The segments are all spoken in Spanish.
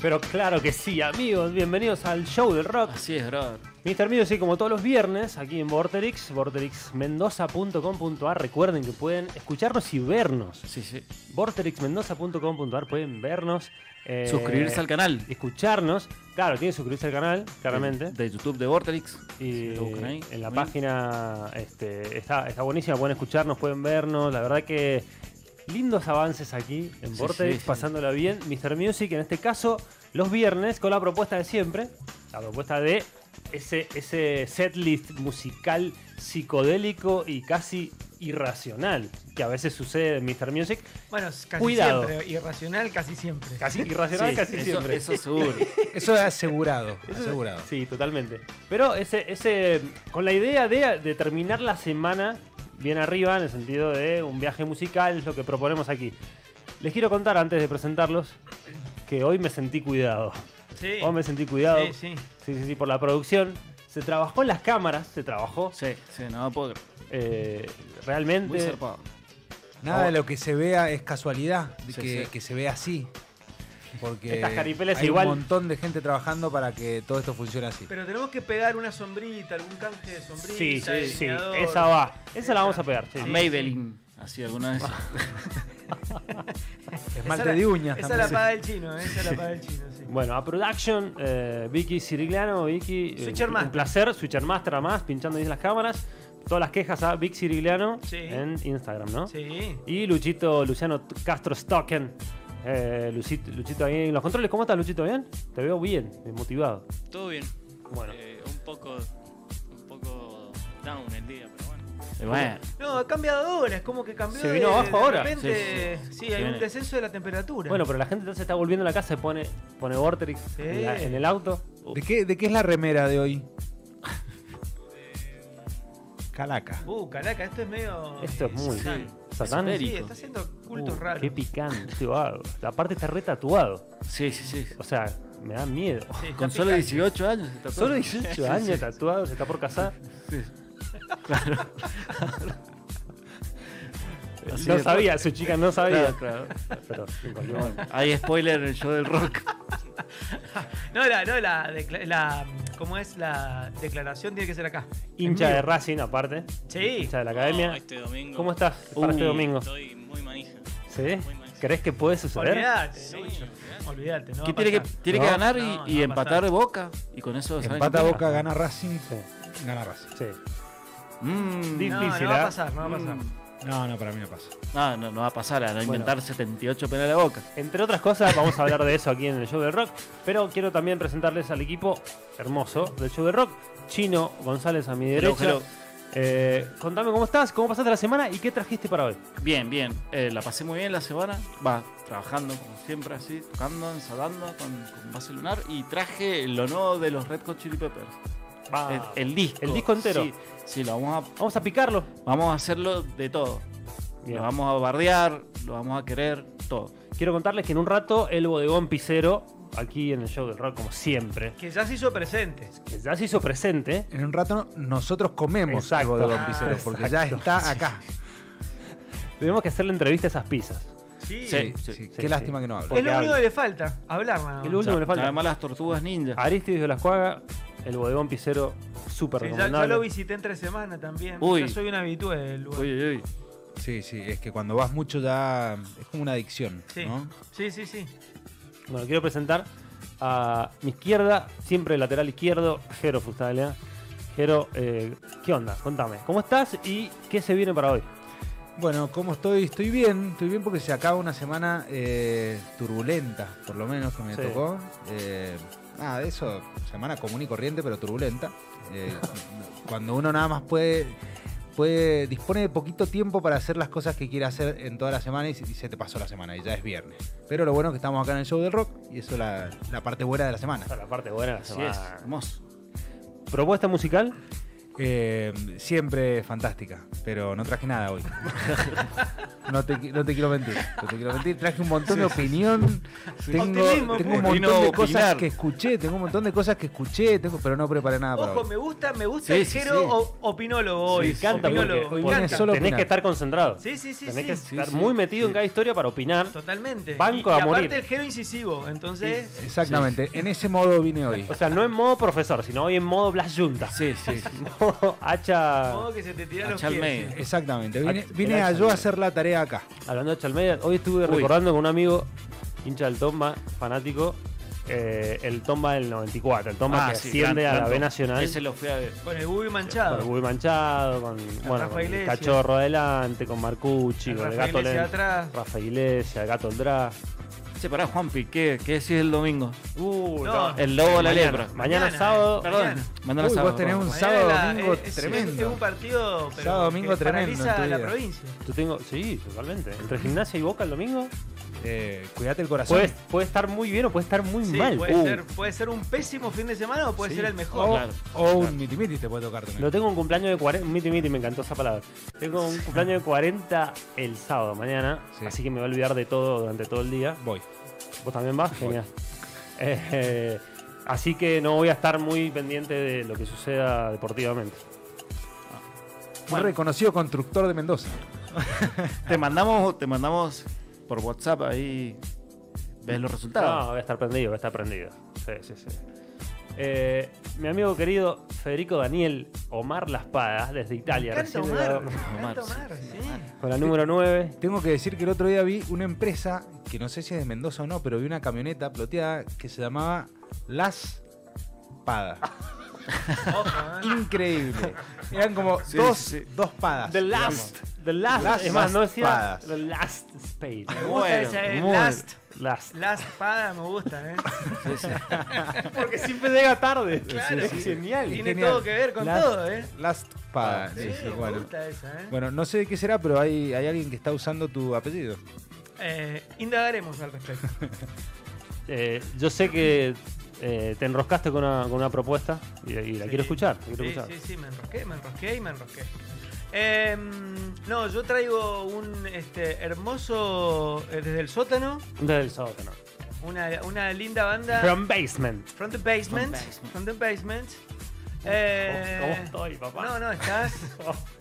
Pero claro que sí, amigos, bienvenidos al show del rock. Así es, brother. Mr. Music, como todos los viernes, aquí en Vorterix, vorterixmendoza.com.ar. Recuerden que pueden escucharnos y vernos. Sí, sí. vorterixmendoza.com.ar, pueden vernos. eh, Suscribirse al canal Escucharnos. Claro, tienen que suscribirse al canal, claramente. de YouTube de Vortex. Y Si lo buscan ahí, en la también. página este, está, está buenísima, pueden escucharnos, pueden vernos. La verdad que lindos avances aquí en Sí, Vortex, sí, sí. pasándola bien. Mr. Music, en este caso, los viernes, con la propuesta de siempre. La propuesta de ese, ese setlist musical psicodélico y casi irracional, que a veces sucede en Mr. Music. Bueno, es casi Cuidado. siempre, ¿eh? irracional casi siempre. Casi irracional, Sí, casi eso, siempre. Eso seguro. Eso es asegurado, asegurado. Sí, totalmente. Pero ese, ese con la idea de, de terminar la semana bien arriba, en el sentido de un viaje musical, es lo que proponemos aquí. Les quiero contar antes de presentarlos que hoy me sentí cuidado. Sí. Hoy me sentí cuidado. Sí, sí. sí, sí, sí, por la producción. Se trabajó en las cámaras, se trabajó sí, sí, no puedo creer. eh, Muy realmente. zarpado. Nada de lo que se vea es casualidad, de Sí, que, sí. que se vea así. Porque Estas jaripelas hay igual- un montón de gente trabajando para que todo esto funcione así. Pero tenemos que pegar una sombrita, algún canje de sombrita. Sí, sí, sí, iluminador. esa va. Esa la vamos a pegar. sí. Ah. A Sí, Maybelline. Así alguna vez. Esmalte Esa de la- uñas Esa es también. la paga del chino, ¿eh? esa es la paga del chino, sí. Bueno, a Production, eh, Vicky Cirigliano, Vicky. eh, Switcher Master. Un placer, Switcher Master a más, pinchando ahí en las cámaras. Todas las quejas a Vic Cirigliano Sí. en Instagram, ¿no? Sí. Y Luchito, Luciano T- Castro Stocken. eh, Lucito, Luchito ahí en los controles. ¿Cómo estás, Luchito? ¿Bien? Te veo bien, eh, motivado. Todo bien. Bueno. Eh, un poco. Un poco down el día, pero bueno. Y Eh, bueno, No, ha cambiado ahora, es como que cambió. Se de- vino abajo de ahora. repente, Sí, sí, sí, sí. hay Se un viene. descenso de la temperatura. Bueno, pero la gente entonces está volviendo a la casa, se pone, pone Vortex Sí. en, la- en el auto. ¿De qué, ¿De qué es la remera de hoy? Calaca. Uh, caraca, esto es medio. Esto es muy Satán. satán. Sí, esotérico. está haciendo cultos Uh, raros. Qué picante, wow. Aparte está re tatuado. sí, sí, sí. O sea, me da miedo. Sí, está Con solo picante. 18 años. está todo. Solo 18 años tatuado, se está por casar. Sí. Claro. Así no de- sabía, su chica no sabía. Claro, claro. Pero en cualquier Bueno, momento. Hay spoiler en el show del rock. No, la, no, la, decla- la. ¿Cómo es? La declaración tiene que ser acá. Hincha de Racing, aparte. Sí. Hincha de la No, academia. este domingo. ¿Cómo estás para Uh, este domingo? Estoy muy manija. ¿Sí? muy mal. ¿Crees que puede suceder? Olvídate, Sí, no, olvidate. olvídate. No que va a tiene que, pasar. tiene que No, ganar y, no, y no va a empatar pasar. de boca. Y con eso saben Empata campeón. Boca, gana Racing. Sí. Gana Racing. Sí. Mm, Difícil, No, no va ¿eh? a pasar, no va a pasar. No, no, para mí no pasa. No, no, no va a pasar a no inventar 78 penales de boca. Entre otras cosas, vamos a hablar de eso aquí en el show del rock. Pero quiero también presentarles al equipo hermoso del show del rock. Chino González a mi Hello, derecha. hello. Eh, contame cómo estás, cómo pasaste la semana y qué trajiste para hoy. Bien, bien. Eh, la pasé muy bien la semana. Va, trabajando como siempre, así, tocando, ensayando con, con base lunar. Y traje lo nuevo de los Red Hot Chili Peppers. Va. el, el disco. Ah. el disco entero. Sí, sí, lo vamos Vamos a picarlo. a, vamos a hacerlo de todo. Bien. Lo vamos a bardear, lo vamos a querer, todo. Quiero contarles que en un rato el bodegón Picero, aquí en el show del rock, como siempre, Que ya se hizo presente. que ya se hizo presente, En un rato nosotros comemos Exacto. algo de Don Ah, Picero, porque ya está acá. tenemos que hacerle entrevista a esas pizzas. Sí. Sí. Sí, sí, Qué sí. lástima que no habla. Es Porque lo único habla. que le falta, hablar nada más. El último Ya- le falta. Ah. ya Además las tortugas ninja. Aristides de la Escuaga, el bodegón Picero, súper Sí, ya, ya recomendable. lo visité entre semanas también. Uy. Ya soy un habitué del lugar. Uy, uy, uy. Sí, sí, es que cuando vas mucho ya es como una adicción, Sí. ¿no? sí, sí, sí. Bueno, quiero presentar a mi izquierda, siempre lateral izquierdo, Jero Fustalia. Jero, eh, ¿qué onda? Contame, ¿cómo estás y qué se viene para hoy? Bueno, ¿cómo estoy? Estoy bien, estoy bien porque se acaba una semana eh, turbulenta, por lo menos que me Sí. tocó. Eh, nada, de eso, semana común y corriente, pero turbulenta. Eh, cuando uno nada más puede, puede, dispone de poquito tiempo para hacer las cosas que quiere hacer en toda la semana y, se- y se te pasó la semana y ya es viernes. Pero lo bueno es que estamos acá en el show del rock y eso es la, la parte buena de la semana. Esta es la parte buena de la Así es, semana. hermoso. ¿Propuesta musical? Eh, siempre fantástica, pero no traje nada hoy. No te, qui- no te quiero mentir, no te quiero mentir. Traje un montón de opinión. Tengo, Optimismo, tengo pues. un Vino montón a de cosas opinar. que escuché, tengo un montón de cosas que escuché, tengo, pero no preparé Ah, nada para Ojo, hoy. me gusta, me gusta Sí, el sí, Jero sí. o- opinólogo hoy. Me encanta porque opinólogo, hoy me tenés Ponés encanta. solo que opinar. estar concentrado. Sí, sí, sí, tenés sí. que Sí, estar sí. muy metido en cada historia para opinar. Totalmente. Banco y, a y aparte morir. el Jero incisivo, entonces... Exactamente, en ese modo vine hoy. O sea, no en modo profesor, sino hoy en modo Blas Junta. Sí, sí, sí. Modo hacha. modo que se te tiran los Achá al pies. medio. Exactamente, vine, Ac- vine a yo a hacer la tarea acá. Hablando de hacha al medio, hoy estuve Uy. recordando con un amigo, hincha del Tomba, fanático, eh, el Tomba del 94, el Tomba Ah, que sí, asciende gran- a la gran B top. Nacional. Ese lo fui a ver. Con el bubi Con el manchado. Bubi Manchado, con, bueno, Rafa con el Iglesias. Cachorro adelante, con Marcucci, con el Rafael Gato hacia Len, atrás. Rafa Iglesias, el Gato Eldra. Che, pará, Juanpi, ¿qué, qué decís el domingo? Uh, No. El lobo a la Mañana. lepra. Mañana, sábado. Mañana. eh, Perdón, mandar Uy, vos tenés un Mañana sábado, la- domingo es- es- Es tremendo. un partido, pero Sábado, domingo que tremendo en paraliza tu la vida. provincia. Yo tengo, sí, totalmente. Entre gimnasia y boca el domingo, Eh, cuídate el corazón. puede, puede estar muy bien o puede estar muy Sí, mal. Puede, Uh, ser, puede ser un pésimo fin de semana o puede Sí. ser el mejor. o, claro, o un mitimiti te puede tocar también. Lo tengo un cumpleaños de 40. Miti, miti, me encantó esa palabra. Tengo un cumpleaños de 40 el sábado, mañana. Sí. Así que me voy a olvidar de todo durante todo el día. Voy. ¿Vos también vas? Genial. Eh, eh, así que no voy a estar muy pendiente de lo que suceda deportivamente. Un reconocido constructor de Mendoza. Te mandamos, te mandamos por WhatsApp ahí. ¿Ves los No, resultados? voy a estar prendido, voy a estar prendido. Sí, sí, sí. Eh, mi amigo querido Federico Daniel Omar Las Padas, desde Italia, Canta recién Omar. llegado, Canta Omar, Omar, sí. con la número 9. Tengo que decir que el otro día vi una empresa, que no sé si es de Mendoza o no, pero vi una camioneta ploteada que se llamaba Las Padas. Ojo, ¿eh? Increíble. Eran como Sí, dos, sí, sí. dos padas. The Last. The Last. Las es más, no decía Padas. The Last Space. Me gusta esa, eh, muy- Last, Last. Last Pada me gusta, ¿eh? Porque siempre llega tarde. Claro, Es genial. Tiene genial. todo que ver con Last- todo, ¿eh? Last Padas. Sí, me dije, bueno. gusta esa, ¿eh? Bueno, no sé de qué será, pero hay, hay alguien que está usando tu apellido. Oh, Eh, Indagaremos al respecto. Eh, yo sé que eh, te enroscaste con una, con una propuesta y, y la Sí. quiero escuchar. la quiero sí, escuchar. sí, sí, me enrosqué, me enrosqué y me enrosqué. Em, no, yo traigo un este, hermoso eh, desde el sótano, Desde el sótano. una, una linda Ah. banda From Basement. From the Basement. From the Basement. Eh, ¿Cómo estoy, papá? No, no, estás.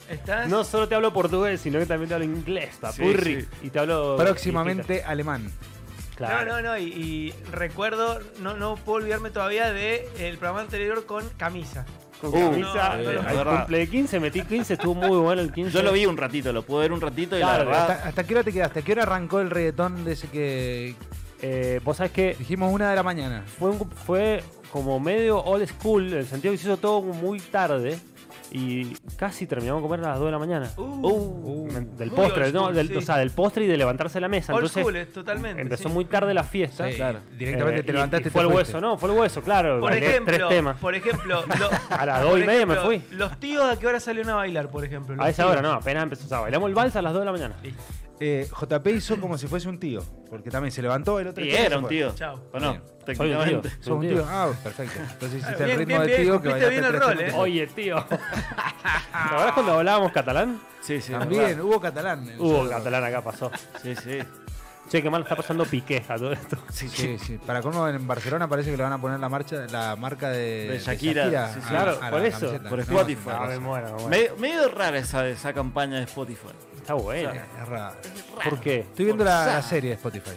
Estás. Oh, No solo te hablo portugués, sino que también te hablo inglés, papurri. Ah. sí. Y te hablo. Próximamente alemán. distinto. No, Claro. no, no, y, y recuerdo, no, no puedo olvidarme todavía de el programa anterior con camisa. Con Uh, camisa. no, no, eh, no, al verdad. cumple de 15, metí 15, estuvo muy bueno el 15. Yo lo vi un ratito, lo pude ver un ratito y Claro, la Ah. verdad. ¿Hasta, hasta qué hora te quedaste? ¿A qué hora arrancó el reggaetón de ese que Eh, Vos sabés que dijimos una de la mañana? fue, un- fue como medio old school, en el sentido que se hizo todo muy tarde y casi terminamos de comer a las 2 de la mañana. Uh, Me- del Muy postre, old no, school, del- sí. o sea, del postre y de levantarse de la mesa. old Entonces, school, eh, totalmente. empezó sí. muy tarde la fiesta. Sí, claro. Directamente Eh, te y- levantaste y fue te el fuiste. hueso, no, fue el hueso, claro. Por bailé tres ejemplo, temas. por ejemplo, lo- A las por dos y media me ejemplo, fui. Los tíos a qué hora salieron a bailar, por ejemplo. A Los esa tíos. hora, no, apenas empezó. O sea, bailamos el vals a las 2 de la mañana. Eh, JP hizo como si fuese un tío, porque también se levantó el otro Y día y se era un fue. tío. Chao. ¿O no? Soy un Bien. tío. Técnicamente. soy Sos un un tío. tío. Ah, perfecto. Entonces hiciste Bien, el ritmo bien, de bien, tío que cumpliste bailaste bien el tres rol, minutos. eh. Oye, tío. ¿Te acuerdas cuando hablábamos catalán? Sí, sí. También, hubo catalán. en el Hubo sábado. catalán acá, pasó. Sí, sí. Che, qué mal está pasando Piqué a todo esto. Sí, sí, sí. Para colmo, en Barcelona parece que le van a poner la marcha, la marca de, De Shakira. Sí, sí. Claro, por la eso. camiseta. Por No, Spotify. no, no, Ah, no, me no. muero, me muero. Me- medio rara esa, esa campaña de Spotify. Está buena. Es raro. ¿Por qué? Estoy viendo la, la serie de Spotify.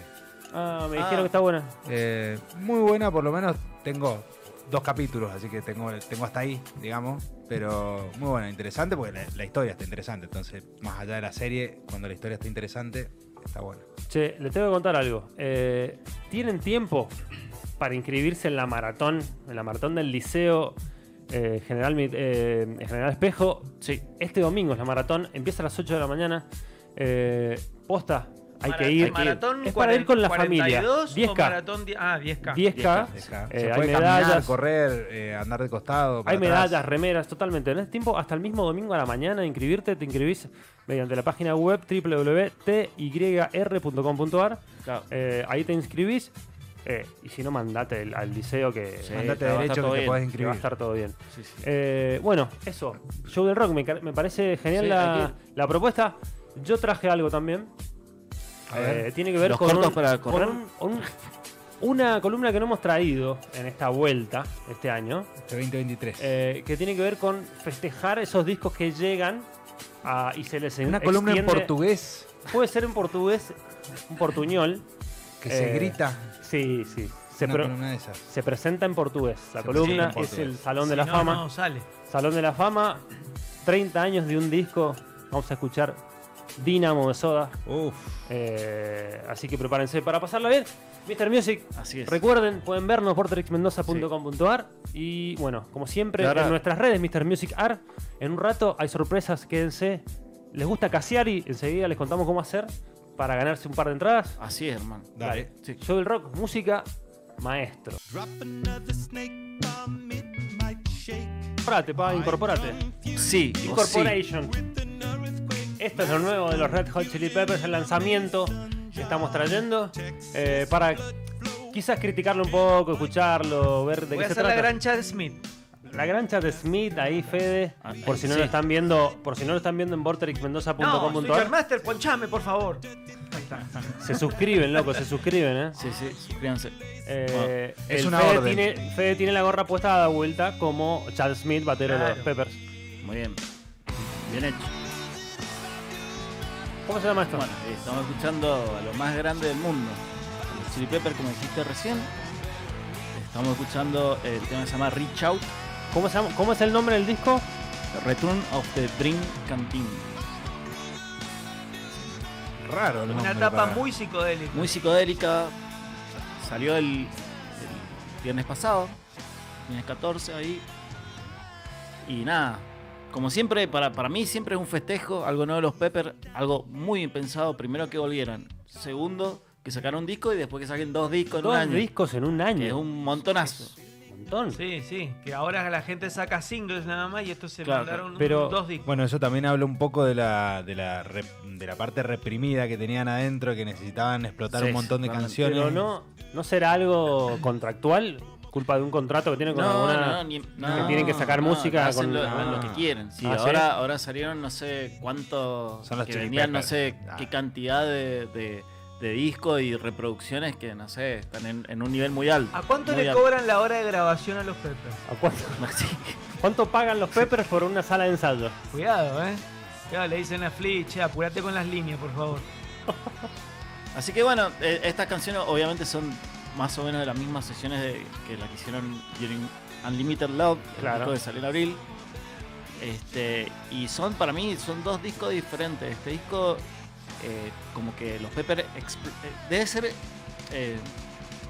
Ah, me Ah. dijeron que está buena. Eh, muy buena, por lo menos tengo dos capítulos, así que tengo, tengo hasta ahí, digamos. Pero muy buena, interesante, porque la, la historia está interesante. Entonces, más allá de la serie, cuando la historia está interesante, está buena. Che, les tengo que contar algo. Eh, ¿Tienen tiempo para inscribirse en la maratón? En la maratón del liceo eh, General, Mi- eh, General Espejo. Sí. Este domingo es la maratón. Empieza a las 8 de la mañana. Eh, posta, hay Mara- que ir. Maratón es para ir con la familia. 42 o 10K. maratón di- ah, 10K. 10K. Deja- Eh, se hay puede medallas. caminar, correr, eh, andar de costado. Hay para atrás. medallas, remeras, totalmente. En este tiempo, hasta el mismo domingo a la mañana, de inscribirte, te inscribís mediante la página web www.tyr.com.ar. Claro. Eh, ahí te inscribís. Eh, y si no, mandate el- al liceo que, Sí, Mandate te va a estar derecho todo que te podés bien, que va a inscribir. estar todo bien. Sí, sí. Eh, bueno, eso. Show del Rock, me, ca- me parece genial Sí, la, hay la propuesta. Yo traje algo también. A ver. Eh, tiene que ver Los con, cortos un- para correr. con un- con un- una columna que no hemos traído en esta vuelta, este año, Este 2023. eh, que tiene que ver con festejar esos discos que llegan a- y se les en- Una columna en eh, extiende- portugués Puede ser en portugués, un portuñol. que se eh, grita. Sí, sí. Se, una pro- columna de esas. se presenta en portugués. La Se presenta en columna es el portugués. Salón Si de la no, Fama. No, sale. Salón de la Fama, 30 años de un disco. Vamos a escuchar Dínamo de Soda. Uf. Eh, así que prepárense para pasarla bien. Mr. Music, Así es. recuerden, pueden vernos por trixmendoza.com.ar. Y bueno, como siempre, Y ahora- en nuestras redes, Mr. Music Art. En un rato hay sorpresas, quédense. ¿Les gusta Cassiari? Enseguida les contamos cómo hacer para ganarse un par de entradas. Así es, hermano. Dale. Sí. Show del Rock, música, maestro. Drop another snake bomb, it might shake. Incorporate, pa, incorporate. Oh, Sí, o sí. Incorporation. Esto es lo nuevo de los Red Hot Chili Peppers, el lanzamiento que estamos trayendo. eh, para quizás criticarlo un poco, escucharlo, ver de Voy a qué se hacer la trata. gran Chad Smith. La grancha de Smith ahí, Fede. Ah, Por si no sí. lo están viendo, por si no lo están viendo en vorterixmendoza.com.ar. No, Supermaster, ponchame, por favor. Ahí está. se suscriben, loco, se suscriben, eh. Sí, sí, suscríbanse. Eh, Bueno, es el una Fede orden. Tiene, Fede tiene la gorra puesta a la vuelta como Chad Smith, batero de los Claro. Peppers. Muy bien. Bien hecho. ¿Cómo se llama esto? Bueno, eh, estamos escuchando a lo más grande del mundo. A Los Chili Peppers, como dijiste recién. Estamos escuchando eh, el tema que se llama Reach Out, ¿Cómo, se llama- ¿Cómo es el nombre del disco? Return of the Dream Canteen. Raro, ¿no? Una Me etapa parece. muy psicodélica. Muy psicodélica. Salió el, el viernes pasado, viernes 14 ahí. Y nada, como siempre, para, para mí siempre es un festejo, algo nuevo de los Peppers, algo muy impensado. Primero que volvieran, segundo que sacaran un disco y después que saquen dos discos en Dos un año. discos en un año. Que es un montonazo. Un montón. Sí, sí. Que ahora la gente saca singles nada más y estos se Claro, mandaron pero- dos discos. Bueno, eso también habla un poco de la, de la, rep- de la parte reprimida que tenían adentro, que necesitaban explotar Sí, un montón de totalmente. canciones. Pero no, ¿no será algo contractual? ¿Culpa de un contrato que tiene con alguna...? ni- que tienen que sacar música hacen con- lo, Ah. lo que quieren. Sí, Ah, ¿sí? ahora, ahora salieron no sé cuánto Son los que Chili vendían no Peppers. sé Ah. qué cantidad de, de, de discos y reproducciones que no sé, están en, en un nivel muy alto. ¿A cuánto muy le alto. cobran la hora de grabación a los Peppers? ¿A cuánto, Sí. cuánto pagan los Peppers por una sala de ensayo? Cuidado, ¿eh? Cuidado, le dicen a Flea, che, apurate con las líneas, por favor. Así que bueno, eh, estas canciones obviamente son más o menos de las mismas sesiones de- que las que hicieron during Unlimited Love, el Claro. disco que salió en abril. Este, y son para mí son dos discos diferentes. Este disco eh, como que los Pepper expl- eh, debe ser eh,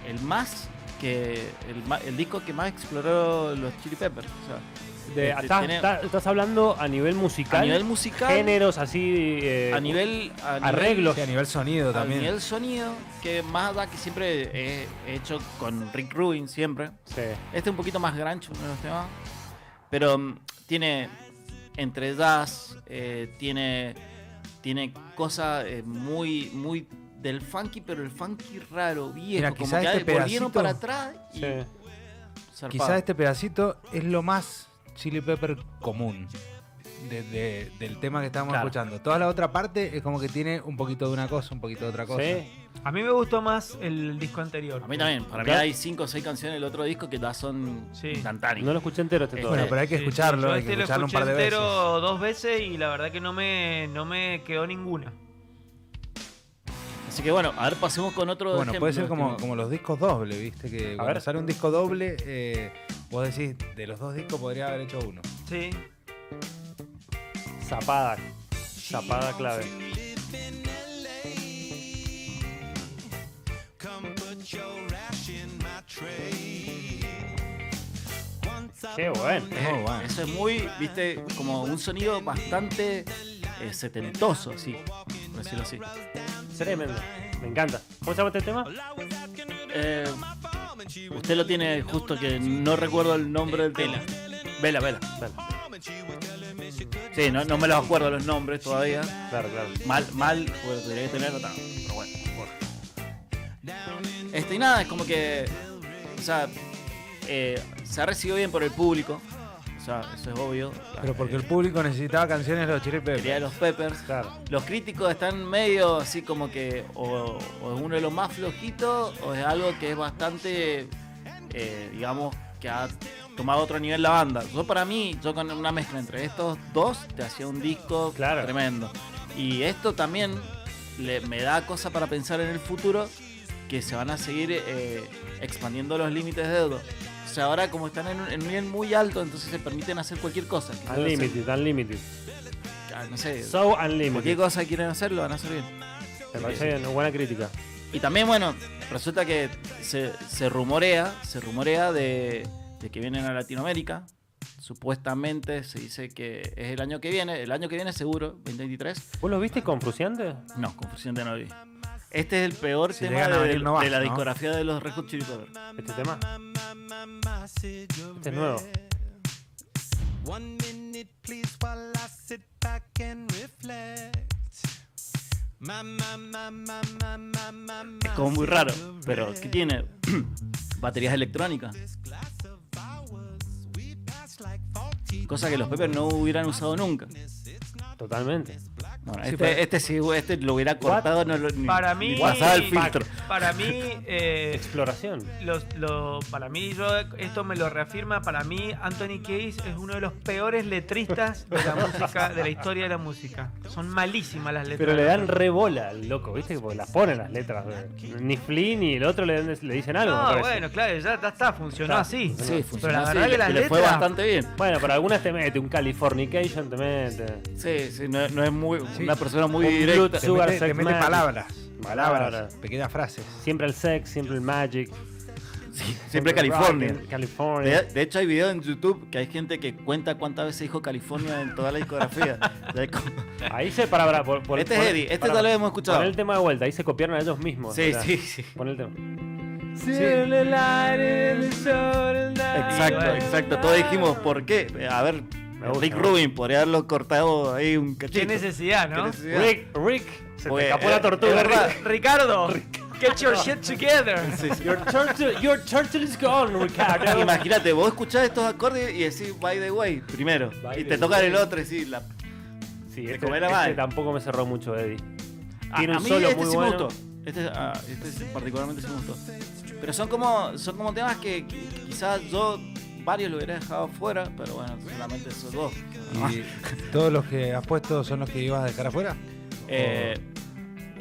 el más que el, ma- el disco que más exploró los Chili Peppers. O sea, De- Este, estás, tiene- estás- estás hablando a nivel musical, a nivel musical, géneros así... eh, a nivel a nivel- arreglos. Sí, a nivel sonido Al también. nivel sonido, que más da que siempre he hecho con Rick Rubin, siempre. Sí. Este es un poquito más grancho, uno de los temas. Pero mm, tiene entre jazz, eh, tiene, tiene cosas eh, muy, muy del funky, pero el funky raro, viejo. Mira, como quizá que este pedacito- volvieron para atrás y sí. zarpado. Quizás este pedacito es lo más Chili Pepper común de- de- del tema que estábamos Claro. escuchando. Toda la otra parte es como que tiene un poquito de una cosa, un poquito de otra cosa. Sí. A mí me gustó más el disco anterior. A mí también, para mí Claro. hay 5 o 6 canciones del otro disco que ya son Sí. instantáneas. No lo escuché entero este Eh, todo. Bueno, pero hay que Sí, sí, escucharlo, yo hay este que escucharlo lo un escuché par de veces. entero dos veces y la verdad que no me, no me quedó ninguna. Así que bueno, a ver, pasemos con otro Bueno, puede ser ejemplo, como, este- como los discos doble, ¿viste? Que cuando ver. sale un disco doble, eh, vos decís, de los dos discos podría haber hecho uno. Sí. Zapada. Zapada clave. Qué Es bueno. muy bueno. Eh, Eso es muy, viste, como un sonido bastante eh, setentoso, así, por decirlo así. Tremendo. Me encanta. ¿Cómo se llama este tema? Eh, usted lo tiene justo que no recuerdo el nombre del tema. Vela, vela, vela. Sí, no, no me los acuerdo los nombres todavía. pues, Claro, claro. Mal, mal, porque tendría que tener anotado. Pero bueno, por. Este, y nada, es como que. O sea, eh, se ha recibido bien por el público. O sea, eso es obvio. Pero porque el público necesitaba canciones de los Chili Peppers. Quería de los Peppers. Claro. Los críticos están medio así como que o, o es uno de los más flojitos o es algo que es bastante, eh, digamos, que ha tomado otro nivel la banda. Yo para mí, yo con una mezcla entre estos dos, te hacía un disco Claro. tremendo. Y esto también le- me da cosa para pensar en el futuro que se van a seguir eh, expandiendo los límites de dedo. O sea, ahora como están en un, en un nivel muy alto, entonces se permiten hacer cualquier cosa. Que puede ser- Unlimited, unlimited. ah, no sé, So cualquier unlimited. cosa que quieran hacer lo van a hacer bien. Me parece bien, una buena crítica. Y también, bueno, resulta que se, se rumorea, se rumorea de, de que vienen a Latinoamérica. Supuestamente se dice que es el año que viene, el año que viene seguro, 2023. ¿Vos lo viste confuciante? No, confusión de novio. Este es el peor Si tema llegan a de, venir, no vas, de la ¿no? discografía de los Red Hot Chili Peppers. Este tema. Este es nuevo. One minute, please, while I sit back and reflect. My, my, my, my, my, my, my, my. Es como muy raro, pero ¿qué tiene? Baterías electrónicas. Cosa que los Peppers no hubieran usado nunca. Totalmente. Bueno, Sí, este, pero- este sí, este lo hubiera cortado, no lo, ni- Para ni mí. pasaba el filtro. Para mí. eh, Exploración. los- lo- para mí, yo, esto me lo reafirma. Para mí, Anthony Case es uno de los peores letristas de la música, de la historia de la música. Son malísimas las letras. Pero le de dan los re bola al loco, ¿viste? Porque las ponen las letras. Ni Flea ni el otro le, le dicen algo. me Ah, No, parece. bueno, claro, ya, ya está, funcionó Está. así. Sí, Pero funcionó la así, verdad que le- las le fue letras- bastante bien. Bueno, pero algunas te mete, un Californication te mete. Sí, sí, no, no es muy, Sí. una persona muy Un directa. Blue- Te Sugar mete, te Sex mete Magic. palabras, palabras, Palabras. pequeñas frases. Siempre el sex, siempre el magic. Sí, siempre California. rockin', De, California. de hecho, hay videos en YouTube que hay gente que cuenta cuántas veces dijo California en toda la discografía. Ya hay como- Ahí se para, para por, por- este por- es Eddie, este para- tal vez hemos escuchado. Pon el tema de vuelta, ahí se copiaron a ellos mismos. Sí, o sea, sí, sí. Pon el tema. Exacto, Ah, bueno. exacto. Todos dijimos, ¿por qué? A ver, gusta, Rick me Rubin podría haberlo cortado ahí un cachito. Qué necesidad, ¿no? Qué necesidad. Rick, Rick, se Oye, te escapó eh, la tortuga. es verdad. Rick. Ricardo, get your shit together. Your turtle, your turtle is gone, Ricardo. Imagínate, vos escuchás estos acordes y decís by the way primero. By y the te tocan way. el otro y decís la. Sí, Te este, comé la este madre. tampoco me cerró mucho, Eddie. A, Tiene a un mí solo este muy sí bueno. me gustó. Este, ah, este sí, particularmente sí me gustó. Pero son como, son como temas que, que quizás yo varios lo hubiera dejado fuera, pero bueno, solamente esos dos. ¿Y todos los que has puesto son los que ibas a dejar afuera? Eh,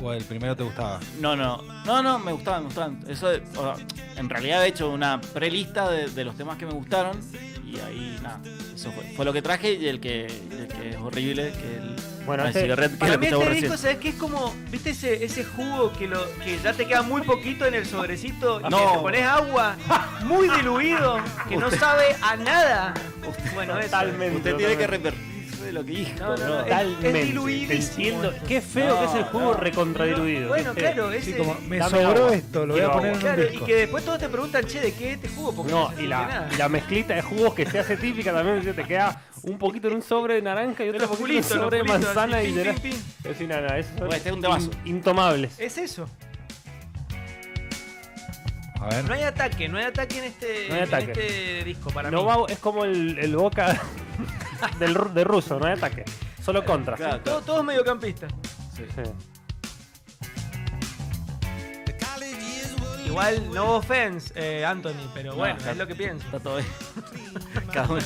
¿O el primero te gustaba? No, no, no, no, me gustaban, me gustaban. Eso, o sea, en realidad he hecho una prelista de, de los temas que me gustaron y ahí nada, eso fue, fue lo que traje y el que, y el que es horrible, que el, Bueno, ah, el este- cigarret, que Para lo que mí este escuchamos disco, recién. ¿sabes qué? Es como, ¿viste ese, ese jugo que, lo, que ya te queda muy poquito en el sobrecito? Y No. que le pones agua muy diluido, que no sabe a nada. Bueno, eso. Totalmente. Usted tiene que arrepentirse de lo que dijo. No, no, no, es- Totalmente. es diluidísimo. Te entiendo. Qué feo No, que es el jugo no. recontradiluido. Bueno, qué feo. claro, ese. Sí, como me Dame sobró agua. esto, lo voy Quiero a poner Claro, en un y disco. que después todos te preguntan, che, ¿de qué este jugo? Porque No, se y de la, nada. y la mezclita de jugos que se hace típica también, que te queda un poquito en un sobre de naranja y De otro los poquito culitos, en un los sobre de culitos, manzana así, y pim, de la- pim, pim. Es decir, nada, nada, esos son Bueno, este es un temazo. in- intomables. Es eso. A ver. No hay ataque, no hay ataque en este, No hay en ataque. este disco para No mí. va- es como el, el boca del, ru- de ruso, no hay ataque. Solo contra. Claro, claro. Todos, todos mediocampistas. Sí. The college years were Igual, no offense, eh, Anthony, pero No, bueno, está- es lo que pienso. Está todo bien. Cada uno.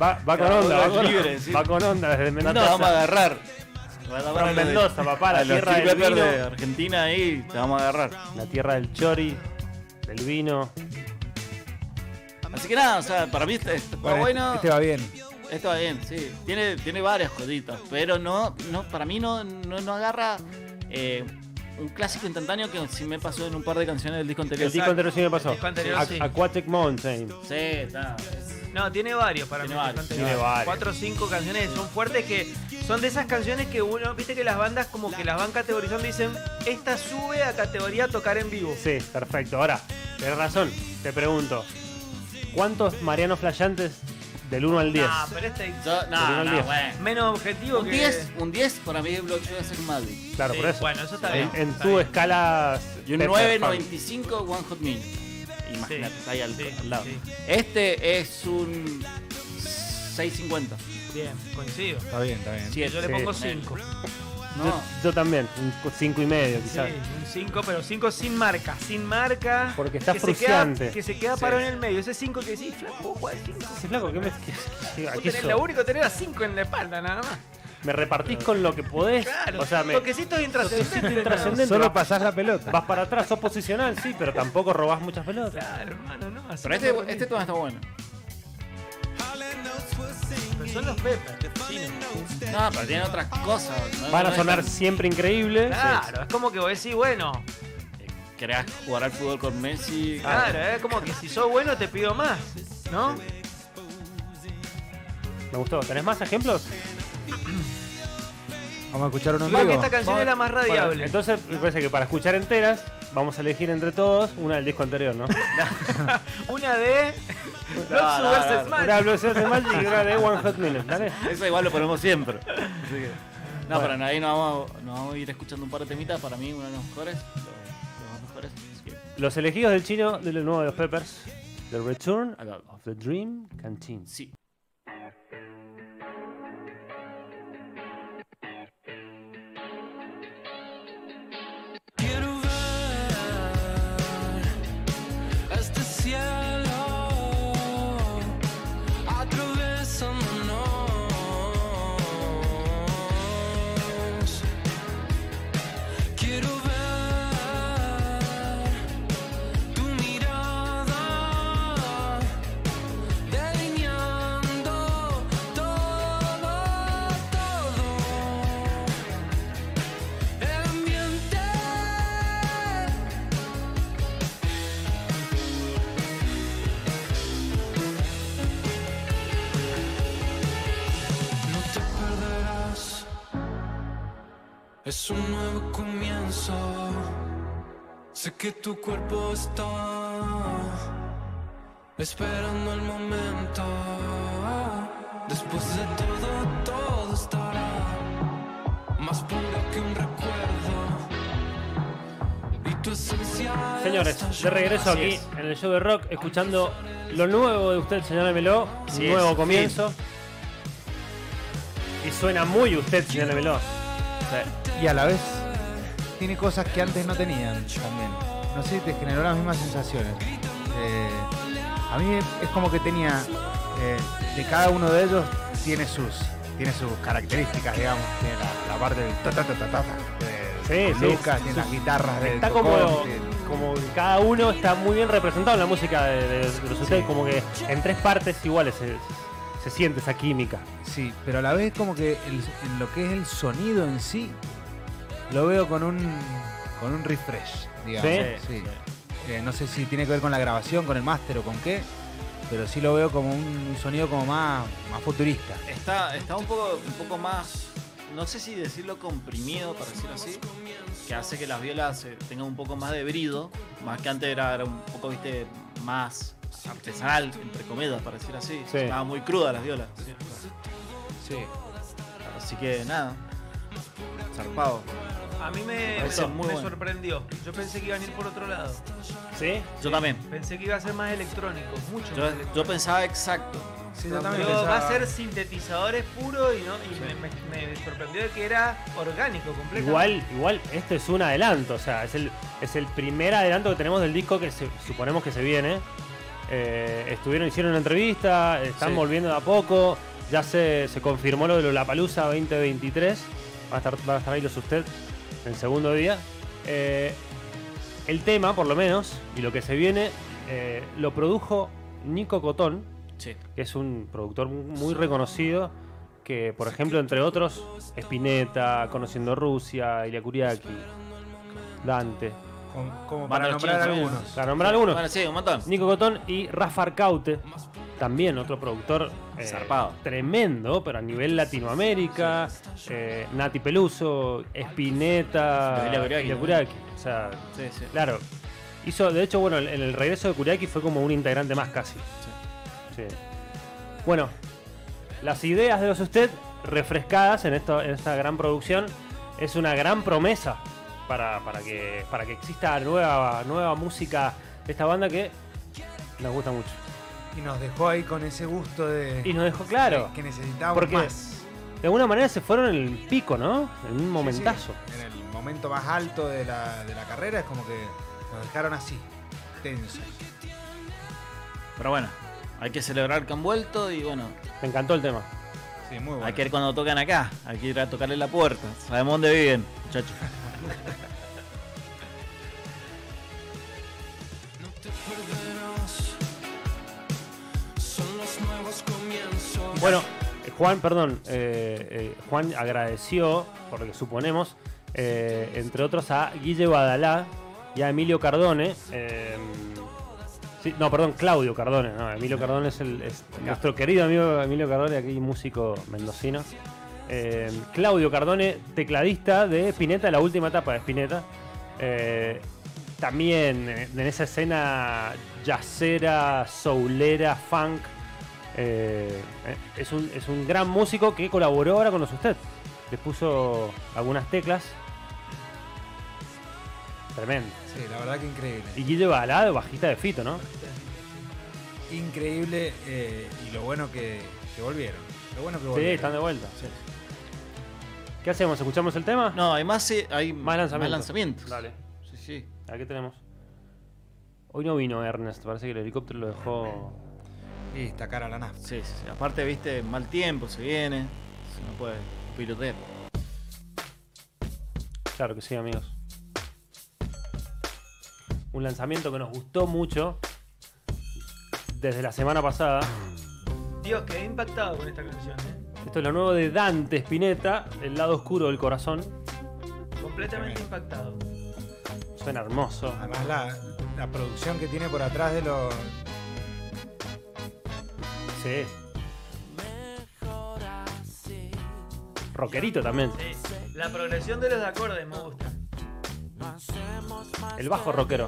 Va, va con Cada onda, uno va es con, libre, sí. va con onda desde No te vamos a Mendoza. agarrar. Te van a agarrar From a los de- Mendoza, papá, la a los tierra del Chili Peppers vino. de Argentina ahí, te vamos a agarrar. La tierra del chori, del vino. Así que nada, o sea, para mí este, este está Bueno, bueno. Este va bien. Esto va bien, sí. Tiene, tiene varias cositas, pero no, no para mí no, no, no agarra eh, un clásico instantáneo que sí me pasó en un par de canciones del disco anterior. El disco anterior sí me pasó. El disco anterior A- sí. Aquatic Mountain. Sí, está. No, tiene varios para Tiene mí. varios, bastante tiene varios. varios. Cuatro o cinco canciones son fuertes que son de esas canciones que uno, viste que las bandas como que las van categorizando y dicen, esta sube a categoría tocar en vivo. Sí, perfecto. Ahora, tenés razón. Te pregunto, ¿cuántos Marianos Flayantes Del 1 al 10. Ah, pero este Yo, Pero no, un no, 10. bueno. menos objetivo Un que. 10, un 10 para mí es Blockchain de Zack Madrid. claro, Sí, por eso. Bueno, eso está Sí. bien. en está tu bien. escala. Y un Pepper 9.95 One Hot Minute. Imagínate, Sí, está ahí al, sí, al lado. sí. Este es un 6.50. Bien, coincido. Está bien, está bien. Siete. Yo le sí, pongo ponele. 5. Fan. No, Yo, yo también, un 5 y medio Sí, quizás. un 5, pero 5 sin marca. Sin marca. Porque está que Se frustrante. queda, que se queda parado en el medio. Ese 5 que decís, flaco, ¿cuál 5? Sí, flaco, ¿qué me, qué- qué- aquí soy? Lo único tener a 5 en la espalda, nada más. Me repartís con lo que podés. Claro, o sea, me, toquecitos intrascendentes. nada más. intrascendentes. Solo va- pasás la pelota. vas para atrás, sos posicional, sí, pero tampoco robás muchas pelotas. Claro, hermano, no. así pero no lo este, este todavía está bueno. Pero Son los Peppers. No, pero tienen otras cosas. no- Van no a es sonar tan- siempre increíbles. Claro, es como que vos decís, bueno, eh, Querés jugar al fútbol con Messi. claro, es como que si sos bueno te pido más, ¿no? Me gustó. ¿Tenés más ejemplos? Vamos a escuchar uno en Igual que vivo. esta canción es la más Bueno, radiable. entonces, me parece que para escuchar enteras, vamos a elegir entre todos una del disco anterior, ¿no? Una de Los no, no, Subverses no. Match. Una de Blue Steel de Magic y una de One Hot Minute, ¿dale? Eso igual lo ponemos siempre. Así que- No, pero ahí nos vamos, a- nos vamos a ir escuchando un par de temitas. Para mí, uno de los mejores. Los, los más mejores. Así que, Los elegidos del chino del nuevo de los Peppers. The Return acá. of the Dream Canteen. Sí. Quiero ver este cielo atravesándonos. Quiero ver tu mirada delineando todo, todo. El ambiente No te perderás Es un nuevo comienzo Sé que tu cuerpo está Esperando el momento Después de todo, todo estará más pura que un recuerdo. Y tu esencia. Señores, de regreso aquí en el show de rock, escuchando lo nuevo de usted, señora Meló. Así Un es, nuevo comienzo. Y suena muy usted, señora Meló. Y a la vez tiene cosas que antes no tenían también. No sé si te generó las mismas sensaciones. Eh, a mí es como que tenía, eh, de cada uno de ellos tiene sus, tiene sus características, digamos. Tiene la, la parte del ta ta ta ta ta, de Sí, sí, Lucas, sí, tiene sí. las guitarras del Está Cocón, como, tiene- como cada uno está muy bien representado en la música de, de- de los ustedes, como que en tres partes iguales se, se siente esa química. Sí, pero a la vez como que el- en lo que es el sonido en sí, lo veo con un, con un refresh, digamos. Sí. ¿Sí? Eh, no sé si tiene que ver con la grabación, con el máster o con qué, pero sí lo veo como un sonido como más, más futurista. Está, está un, poco, un poco más, no sé si decirlo comprimido, para decirlo así, que hace que las violas eh, tengan un poco más de brido, más que antes era, era un poco, viste, más artesanal, entre comillas, para decir así. Sí. Estaba muy cruda las violas. ¿sí? Sí. Así que nada, zarpado. A mí me, Eso me- es muy me bueno. sorprendió. Yo pensé que iban a ir por otro lado. ¿Sí? Yo también. Pensé que iba a ser más electrónico, mucho Yo, más electrónico. yo pensaba exacto. Sí, Yo va a ser sintetizadores puro y, no, y me, me- me sorprendió de que era orgánico completo. Igual, igual, esto es un adelanto, o sea, es el, es el primer adelanto que tenemos del disco que se- suponemos que se viene. Eh, estuvieron, hicieron una entrevista, están Sí. volviendo de a poco, ya se, se confirmó lo de Lollapalooza 2023, van a estar, van a estar ahí los usted el segundo día. Eh, el tema, por lo menos, y lo que se viene, eh, lo produjo Nico Cotón, Sí. que es un productor muy reconocido, que por ejemplo, entre otros, Spinetta, Conociendo Rusia, Ilya Kuriaki, Dante, Como, como Banda para nombrar china también. algunos. para nombrar algunos, Bueno, sí, un montón. Nico Cotón y Rafa Arcaute, también otro productor eh, Zarpado. tremendo, pero a nivel Latinoamérica, eh, Nati Peluso, Spinetta, Ilya Kuriaki. Ilya Kuriaki, o sea, Sí, sí. claro. Hizo, de hecho, bueno, en el regreso de Kuriaki fue como un integrante más casi. Sí. Bueno, las ideas de los usted refrescadas en, esto- en esta gran producción es una gran promesa para, para que, para que exista nueva, nueva música de esta banda que nos gusta mucho. Y nos dejó ahí con ese gusto de. Y nos dejó claro, Que necesitábamos Porque- más. de alguna manera se fueron en el pico, ¿no? En un momentazo. Sí, sí. En el momento más alto de la, de la carrera es como que nos dejaron así, tensos. Pero bueno, hay que celebrar que han vuelto y bueno, Me encantó el tema. Sí, muy hay bueno. que ir cuando tocan acá. Hay que ir a tocarle la puerta. Sabemos dónde viven, muchachos. No te perderás. Son los nuevos comienzos. Bueno, eh, Juan, perdón, eh, eh, Juan agradeció, por lo que suponemos, eh, entre otros a Guille Badalá y a Emilio Cardone. eh, sí, no, perdón, Claudio Cardone, no, Emilio Cardone es, el, es nuestro querido amigo Emilio Cardone, aquí músico mendocino. Eh, Claudio Cardone, tecladista de Spinetta, la última etapa de Spinetta. Eh, también eh, en esa escena yacera, soulera, funk. eh, eh, es, un, es un gran músico que colaboró ahora con los usted. Le puso algunas teclas. Tremendo. Sí, la verdad que increíble. Y Guille Balá, bajista de Fito, ¿no? Increíble eh, y lo bueno que, que volvieron. Lo bueno que Sí, volvieron. están de vuelta. ¿Qué hacemos? ¿Escuchamos el tema? No, hay más, eh, hay Más lanzamientos. lanzamientos. Dale. Sí, sí. Aquí tenemos. Hoy no vino Ernest, parece que el helicóptero lo dejó. Y está cara la nafta. Sí, sí, sí. Aparte, viste, mal tiempo se viene. Se no puede pilotear. Claro que sí, amigos. Un lanzamiento que nos gustó mucho desde la semana pasada. Dios, quedé impactado con esta canción, ¿eh? Esto es lo nuevo de Dante Spinetta, El lado oscuro del corazón. Completamente impactado. Suena hermoso. Además la, la producción que tiene por atrás de los... Sí. Rockerito también. Sí. Eh, La progresión de los acordes me gusta. El bajo rockero.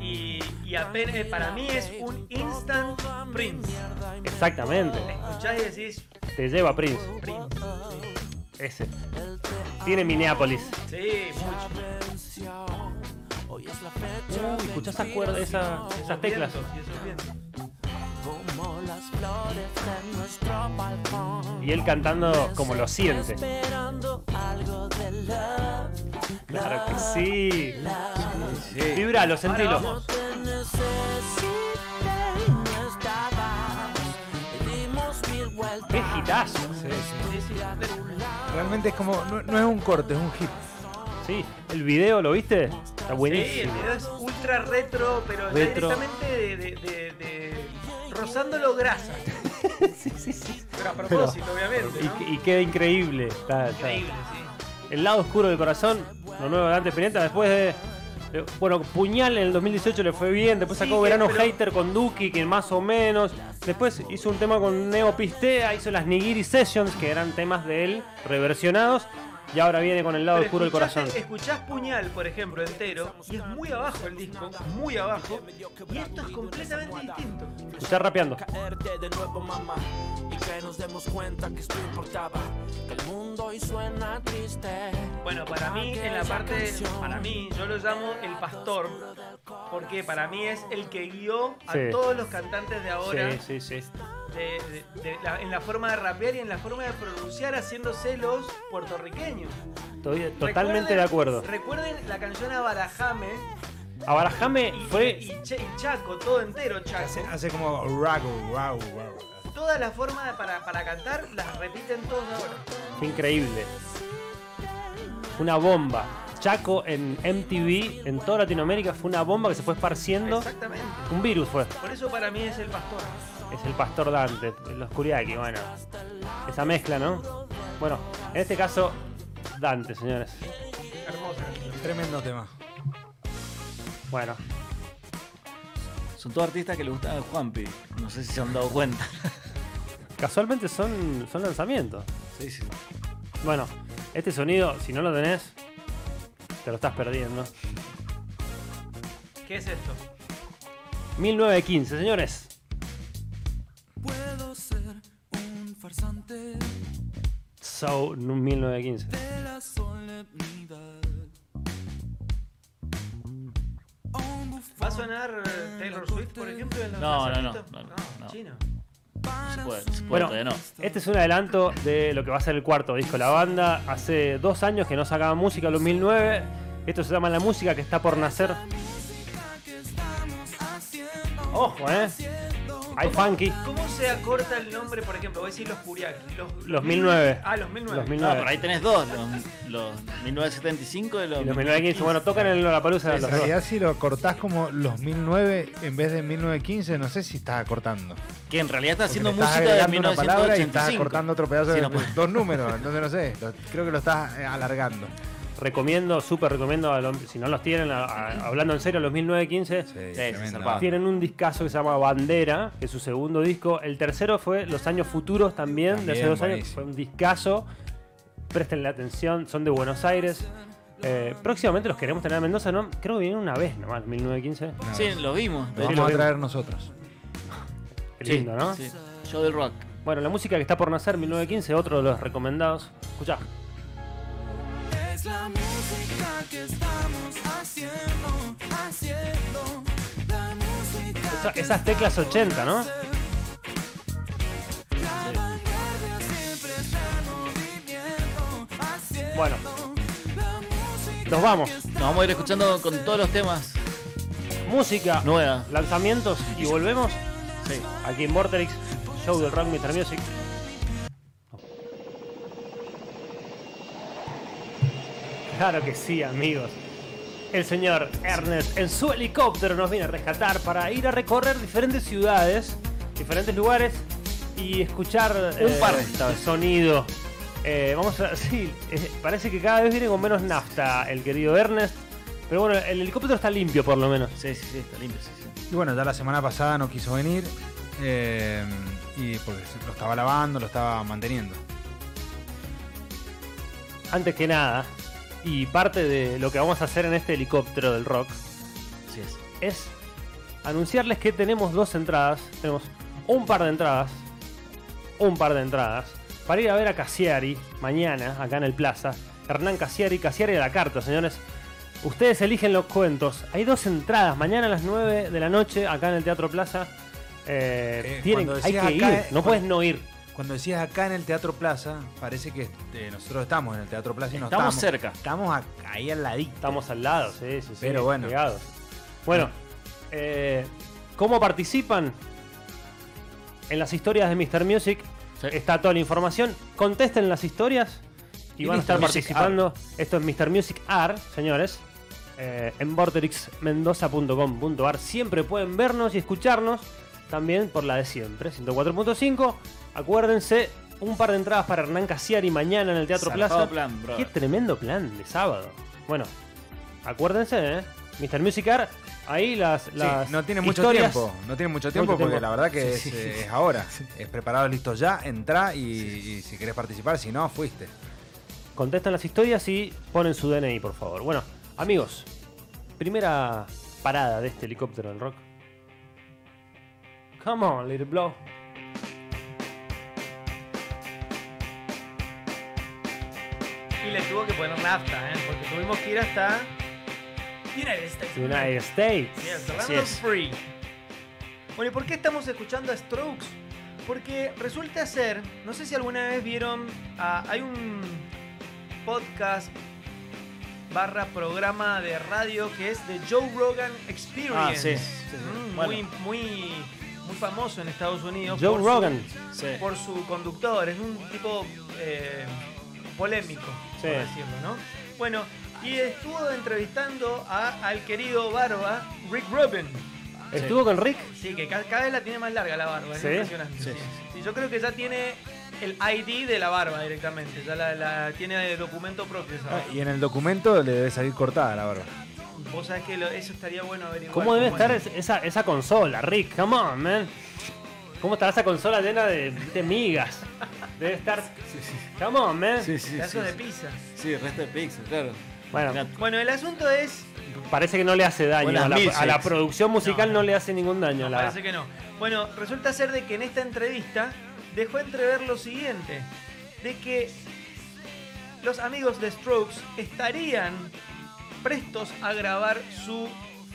Y, y apenas, eh, para mí es un instant Prince. Exactamente. Escuchás y decís Te lleva Prince. Prince. Ese. Tiene Minneapolis. Sí, mucho. Uy, escuchá esas cuerdas, esa- esas teclas. Y esos vientos. Y él cantando como lo siente. Claro que sí. Vibra, lo Ahora sentilo. vamos. Qué gitazo. Sí, sí, completo. Realmente es como... No, no es un corte, es un hit. Sí, el video, ¿lo viste? Está Sí, el buenísimo. video es ultra retro, pero ya Retro. directamente de, de, de- de- rozándolo grasa. Sí, sí, sí. Pero a propósito, obviamente. Y, ¿no? y queda increíble. Está- está- Increíble, sí. El lado oscuro del corazón, lo nuevo de Dante Spinetta, después de. de- Bueno, Puñal en el 2018 le fue bien, después Sí, sacó que- Verano pero- Hater con Duki, que más o menos. Después hizo un tema con Neo Pistea, hizo las Nigiri Sessions, que eran temas de él reversionados. Y ahora viene con el lado Pero oscuro del escuchás- corazón. Escuchás Puñal, por ejemplo, entero, y es muy abajo el disco, muy abajo, y esto es completamente distinto. Escuchá rapeando. caerte de nuevo mamá y que nos demos cuenta que esto importaba que el mundo hoy suena triste Bueno, para mí, en la parte, para mí, yo lo llamo el pastor, porque para mí es el que guió a Sí. todos los cantantes de ahora Sí, sí, sí. de- de- de la- en la forma de rapear y en la forma de pronunciar, haciéndose los puertorriqueños. Estoy totalmente Recuerden- de acuerdo. Recuerden la canción Abarajame Abarajame y, fue. y Che- y Chaco, todo entero Chaco. Hace, hace como... Rago, wow, wow. Todas las formas de- para, para cantar las repiten todos ahora. Qué increíble. Una bomba. Chaco en MTV, en toda Latinoamérica, fue una bomba que se fue esparciendo. Exactamente. Un virus fue. Por eso para mí es el pastor. Es el pastor Dante, la oscuridad que, bueno. Esa mezcla, ¿no? Bueno, en este caso, Dante, señores. Hermosa. Tremendo tema. Bueno, Son todos artistas que le gustan a Juanpi. No sé si se han dado cuenta. casualmente son, son lanzamientos. Sí, sí. Bueno, este sonido, si no lo tenés, te lo estás perdiendo. ¿Qué es esto? 1915, señores. Puedo ser un farsante Sau 1915. de la solemnidad. Un ¿Va a bufón sonar eh, Taylor Swift, por ejemplo? En los No, no, no, lanzamientos? no, no, no. chino. para Se puede, se puede, Bueno, todavía no. este es un adelanto de lo que va a ser el cuarto disco. de La banda hace dos años que no sacaba música, el 2009. Esto se llama La Música que está por nacer. Ojo, ¿eh? Hay funky. ¿Cómo se acorta el nombre, por ejemplo? Voy a decir los Curiaki. Los, Los 1009. Ah, los 1009. Los 1009. No, por ahí tenés dos, los, los 1975 y los, Y los 1915, bueno, tocan en la palusa En los dos. realidad, si lo cortás como los 1009 en vez de 1915, no sé si estás acortando. Que en realidad está haciendo Porque le estás música de agregando una palabra y estás 1985. cortando otro pedazo Sí, de no puedo. dos números. Entonces, no sé. lo- creo que lo estás eh, alargando. Recomiendo, súper recomiendo, a los- si no los tienen, a- a- hablando en serio, los 1915. Sí, tremendo. zarpado. Tienen un discazo que se llama Bandera, que es su segundo disco. El tercero fue Los Años Futuros también, de hace También, dos años. buenísimo. Fue un discazo. Prestenle atención, son de Buenos Aires. Eh, próximamente los queremos tener a Mendoza, ¿no? Creo que vienen una vez nomás, 1915. Una Sí, vez. lo vimos. sí, de- Lo lo vamos a vi. traer nosotros. Qué Sí, lindo, ¿no? sí. Show del rock. Bueno, la música que está por nacer, 1915, otro de los recomendados. Escuchá. Es la música que estamos haciendo, haciendo. La música Esa- esas teclas 80, ¿no? vanguardia siempre está en movimiento, haciendo. Bueno, La música nos vamos. Nos vamos a ir escuchando con todos los temas. Música, Nueva. lanzamientos y volvemos Sí. aquí en Vorterix, show del rock Mr. Music. Claro que sí, amigos. El señor Ernest en su helicóptero nos viene a rescatar para ir a recorrer diferentes ciudades, diferentes lugares y escuchar eh, Un par esta vez. sonido. Eh, vamos a. Sí, eh, parece que cada vez viene con menos nafta el querido Ernest. Pero bueno, el helicóptero está limpio por lo menos. Sí, sí, sí, está limpio. sí, sí. Y bueno, ya la semana pasada no quiso venir. eh, y porque se- lo estaba lavando, lo estaba manteniendo. antes que nada, y parte de lo que vamos a hacer en este helicóptero del rock, Así es. es anunciarles que tenemos dos entradas, tenemos un par de entradas, un par de entradas, para ir a ver a Cassiari mañana, acá en el Plaza. Hernán Cassiari, Cassiari a la carta, señores. Ustedes eligen los cuentos. Hay dos entradas, mañana a las 9 de la noche, acá en el Teatro Plaza. Eh, Eh, tienen, cuando hay decías que ir, acá, eh, no cuando- puedes no ir. Cuando decías acá en el Teatro Plaza, parece que eh, nosotros estamos en el Teatro Plaza y no Estamos estamos. cerca. Estamos a- ahí al ladito. Estamos al lado, sí, sí, sí. Pero bueno. pegados. Bueno, eh, ¿cómo participan? En las historias de Mr. Music Sí. está toda la información. Contesten las historias y, Y van a Mr. estar Music participando. Esto es Mr. Music Art, señores. eh, en vorterixmendoza.com.ar siempre pueden vernos y escucharnos también por la de siempre, 104.5. Acuérdense, un par de entradas para Hernán Casiari mañana en el Teatro Zarpado Plaza. plan, Qué brother. tremendo plan de sábado. Bueno, acuérdense, ¿eh? Mr. Musicar, ahí las. Sí, las no tiene mucho historias. tiempo, no tiene mucho tiempo Mucho porque tiempo. la verdad que es, eh, es ahora. Es preparado, listo ya, entra y, y si querés participar, si no, fuiste. Contestan las historias y ponen su DNI, por favor. Bueno, amigos, primera parada de este helicóptero del rock. Come on, little blow. Y le tuvo que poner nafta, ¿eh? Porque tuvimos que ir hasta. United States. United States. Yes, Random Free. Bueno, ¿y por qué estamos escuchando a Strokes? Porque resulta ser, no sé si alguna vez vieron, ah, hay un podcast barra programa de radio que es The Joe Rogan Experience. Ah, sí. sí. Mm, Bueno, muy, muy, muy famoso en Estados Unidos. Joe por su- Rogan. sí. por su conductor, es un tipo eh, polémico, Sí. por decirlo, ¿no? Bueno, y estuvo entrevistando a- al querido barba Rick Rubin. ¿Estuvo con Rick? Sí, que ca- cada vez la tiene más larga la barba, es Sí. impresionante. Sí. Sí. Sí, yo creo que ya tiene el ID de la barba directamente, ya la, la tiene de documento propio esa barba. Ah, Y en el documento le debe salir cortada la barba. Vos sabés que lo- eso estaría bueno averiguar. ¿Cómo debe estar es? es- esa, esa consola, Rick? Come on, man. ¿Cómo estará esa consola llena de, de migas? Debe estar. Come on, man. Sí, sí, sí. Pedazos de pizza. Sí, resto de pixel, claro. Bueno, Mirá, Bueno, el asunto es parece que no le hace daño. Buenas A la, mil, a la sí. producción musical no, No, no. le hace ningún daño. la- Parece que no. Bueno, resulta ser de que en esta entrevista dejó entrever lo siguiente, de que los amigos de Strokes estarían prestos a grabar su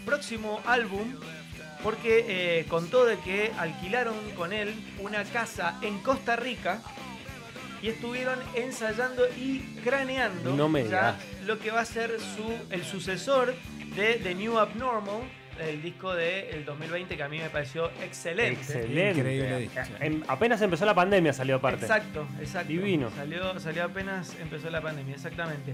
próximo álbum porque eh, contó de que alquilaron con él una casa en Costa Rica y estuvieron ensayando y craneando No me ya digas. lo que va a ser su, el sucesor de The New Abnormal, el disco del 2020 que a mí me pareció excelente. Excelente. Increíble disco, sí. En- apenas empezó la pandemia, salió aparte. Exacto, exacto. Divino. Salió, salió apenas empezó la pandemia, exactamente.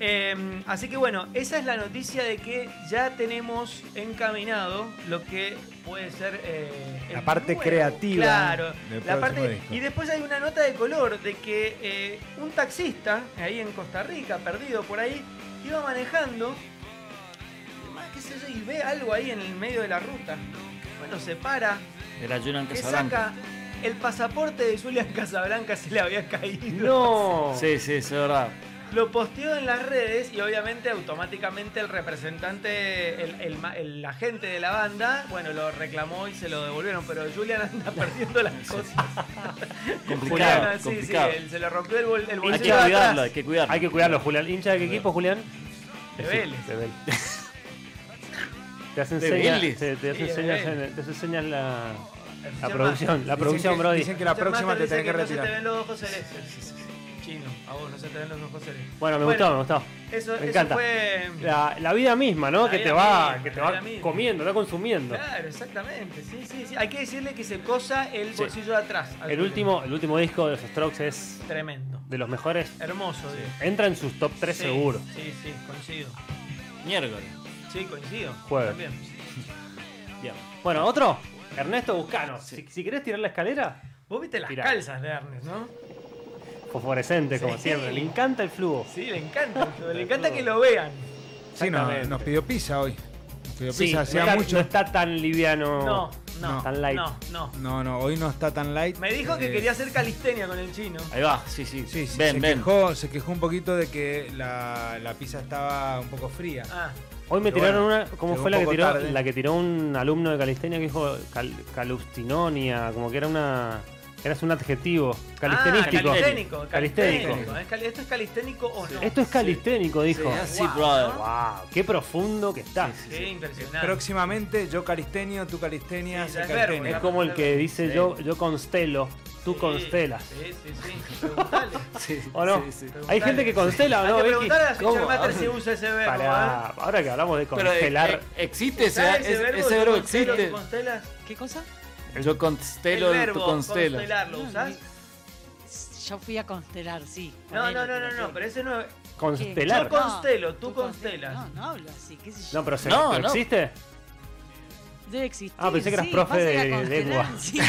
Eh, así que bueno, esa es la noticia de que ya tenemos encaminado lo que puede ser eh, La el parte creativa Claro, del la próximo parte. disco. Y después hay una nota de color de que eh, un taxista ahí en Costa Rica, perdido por ahí, iba manejando qué sé yo, y ve algo ahí en el medio de la ruta. Bueno, se para, El ayuno en que Casablanca. saca el pasaporte de Julian Casablanca se le había caído. No. Sí, sí, sí, es verdad. Lo posteó en las redes y obviamente automáticamente el representante, el, el ma- el agente de la banda, bueno, lo reclamó y se lo devolvieron, pero Julian anda perdiendo las cosas. Complicado, Julian, sí, complicado. sí, él se le rompió el, bol- el Hay bolsillo que de atrás cuidarlo, hay que cuidarlo. Hay que cuidarlo, Julián. ¿Hincha de qué equipo, Julián? de Vélez. De Vélez. Te hacen De señas, Vélez. te, te hacen Sí, de señas Vélez. en- te hacen señas la, Dicen la más, producción, la producción, que, Brody. Dicen que la dicen más, próxima te dicen tenés No que se te retirar. ven los ojos celestes. Chino, a vos no se te ven los ojos celestes. Bueno, me Bueno, gustó, me gustó. Eso, Me eso encanta. fue... La, la vida misma, ¿no? La Que te vida va, misma, que te la va vida misma. comiendo, te va consumiendo. Claro, exactamente. Sí, sí, sí. Hay que decirle que se cosa el Sí. bolsillo de atrás. al El Julian. último, el último disco de los Strokes es Tremendo. de los mejores. Hermoso, digo. Entra en sus top 3 Sí, seguro. Sí, sí, coincido. Miércoles. Sí, coincido. Jueves. También. Bien. Bueno, otro. Ernesto Buscano. Si, si querés tirar la escalera, Vos viste las Tirá. calzas de Arnes, ¿no? fosforescente, como Sí. siempre. Le encanta el flujo. Sí, le encanta. le encanta que lo vean. Sí, nos, nos pidió pizza hoy. Nos pidió Sí, pizza, no hacía está, mucho. no está tan liviano. No, no, no. Tan light. no, no. No, no, hoy no está tan light. Me dijo que Eh, quería hacer calistenia con el chino. Ahí va, sí, sí. Sí, sí, ven, se, ven. Quejó, se quejó un poquito de que la, la pizza estaba un poco fría. Ah, Hoy me Pero tiraron bueno, una. ¿Cómo llegó fue un la que poco tiró? tarde. La que tiró un alumno de calistenia que dijo cal- calustinonia, como que era una. Era un adjetivo. Calistenístico. Ah, calisténico, Calisténico. calisténico. Es cali- ¿Esto es calisténico o no? Esto es calisténico, dijo. Ah, sí, Wow, brother. ¿no? Wow, qué profundo que está. Qué impresionante. Próximamente, yo calistenio, tú calistenia, Sí, se ya es verbo, Es calistenia. ya. como el que dice Sí. yo, yo constelo, tú Sí, constelas. Sí, sí, sí. Preguntale. Sí, ¿O no? sí, sí. Hay preguntale. gente que constela, ¿o Hay ¿no? que Vicky? preguntar a la ¿Cómo? Fisher Matter si usa ese verbo. Pará, ¿eh? ahora que hablamos de Pero eh, constelar, eh, existe ese, ¿Usás ese verbo, yo constelo, existe. tú constelas? ¿Qué cosa? Yo El constelo, tú verbo constelas. constelar, ¿lo usás? Yo fui a constelar, sí. No, Ponele, no, no, no, no, pero ese no es. constelar. Yo constelo, tú constelas. constelas. No, no hablo así, qué sé yo. No, pero, se, No, ¿pero no. existe. Debe existir. Ah, pensé que eras sí, profe vas a ir a de constelar, lengua. Sí, de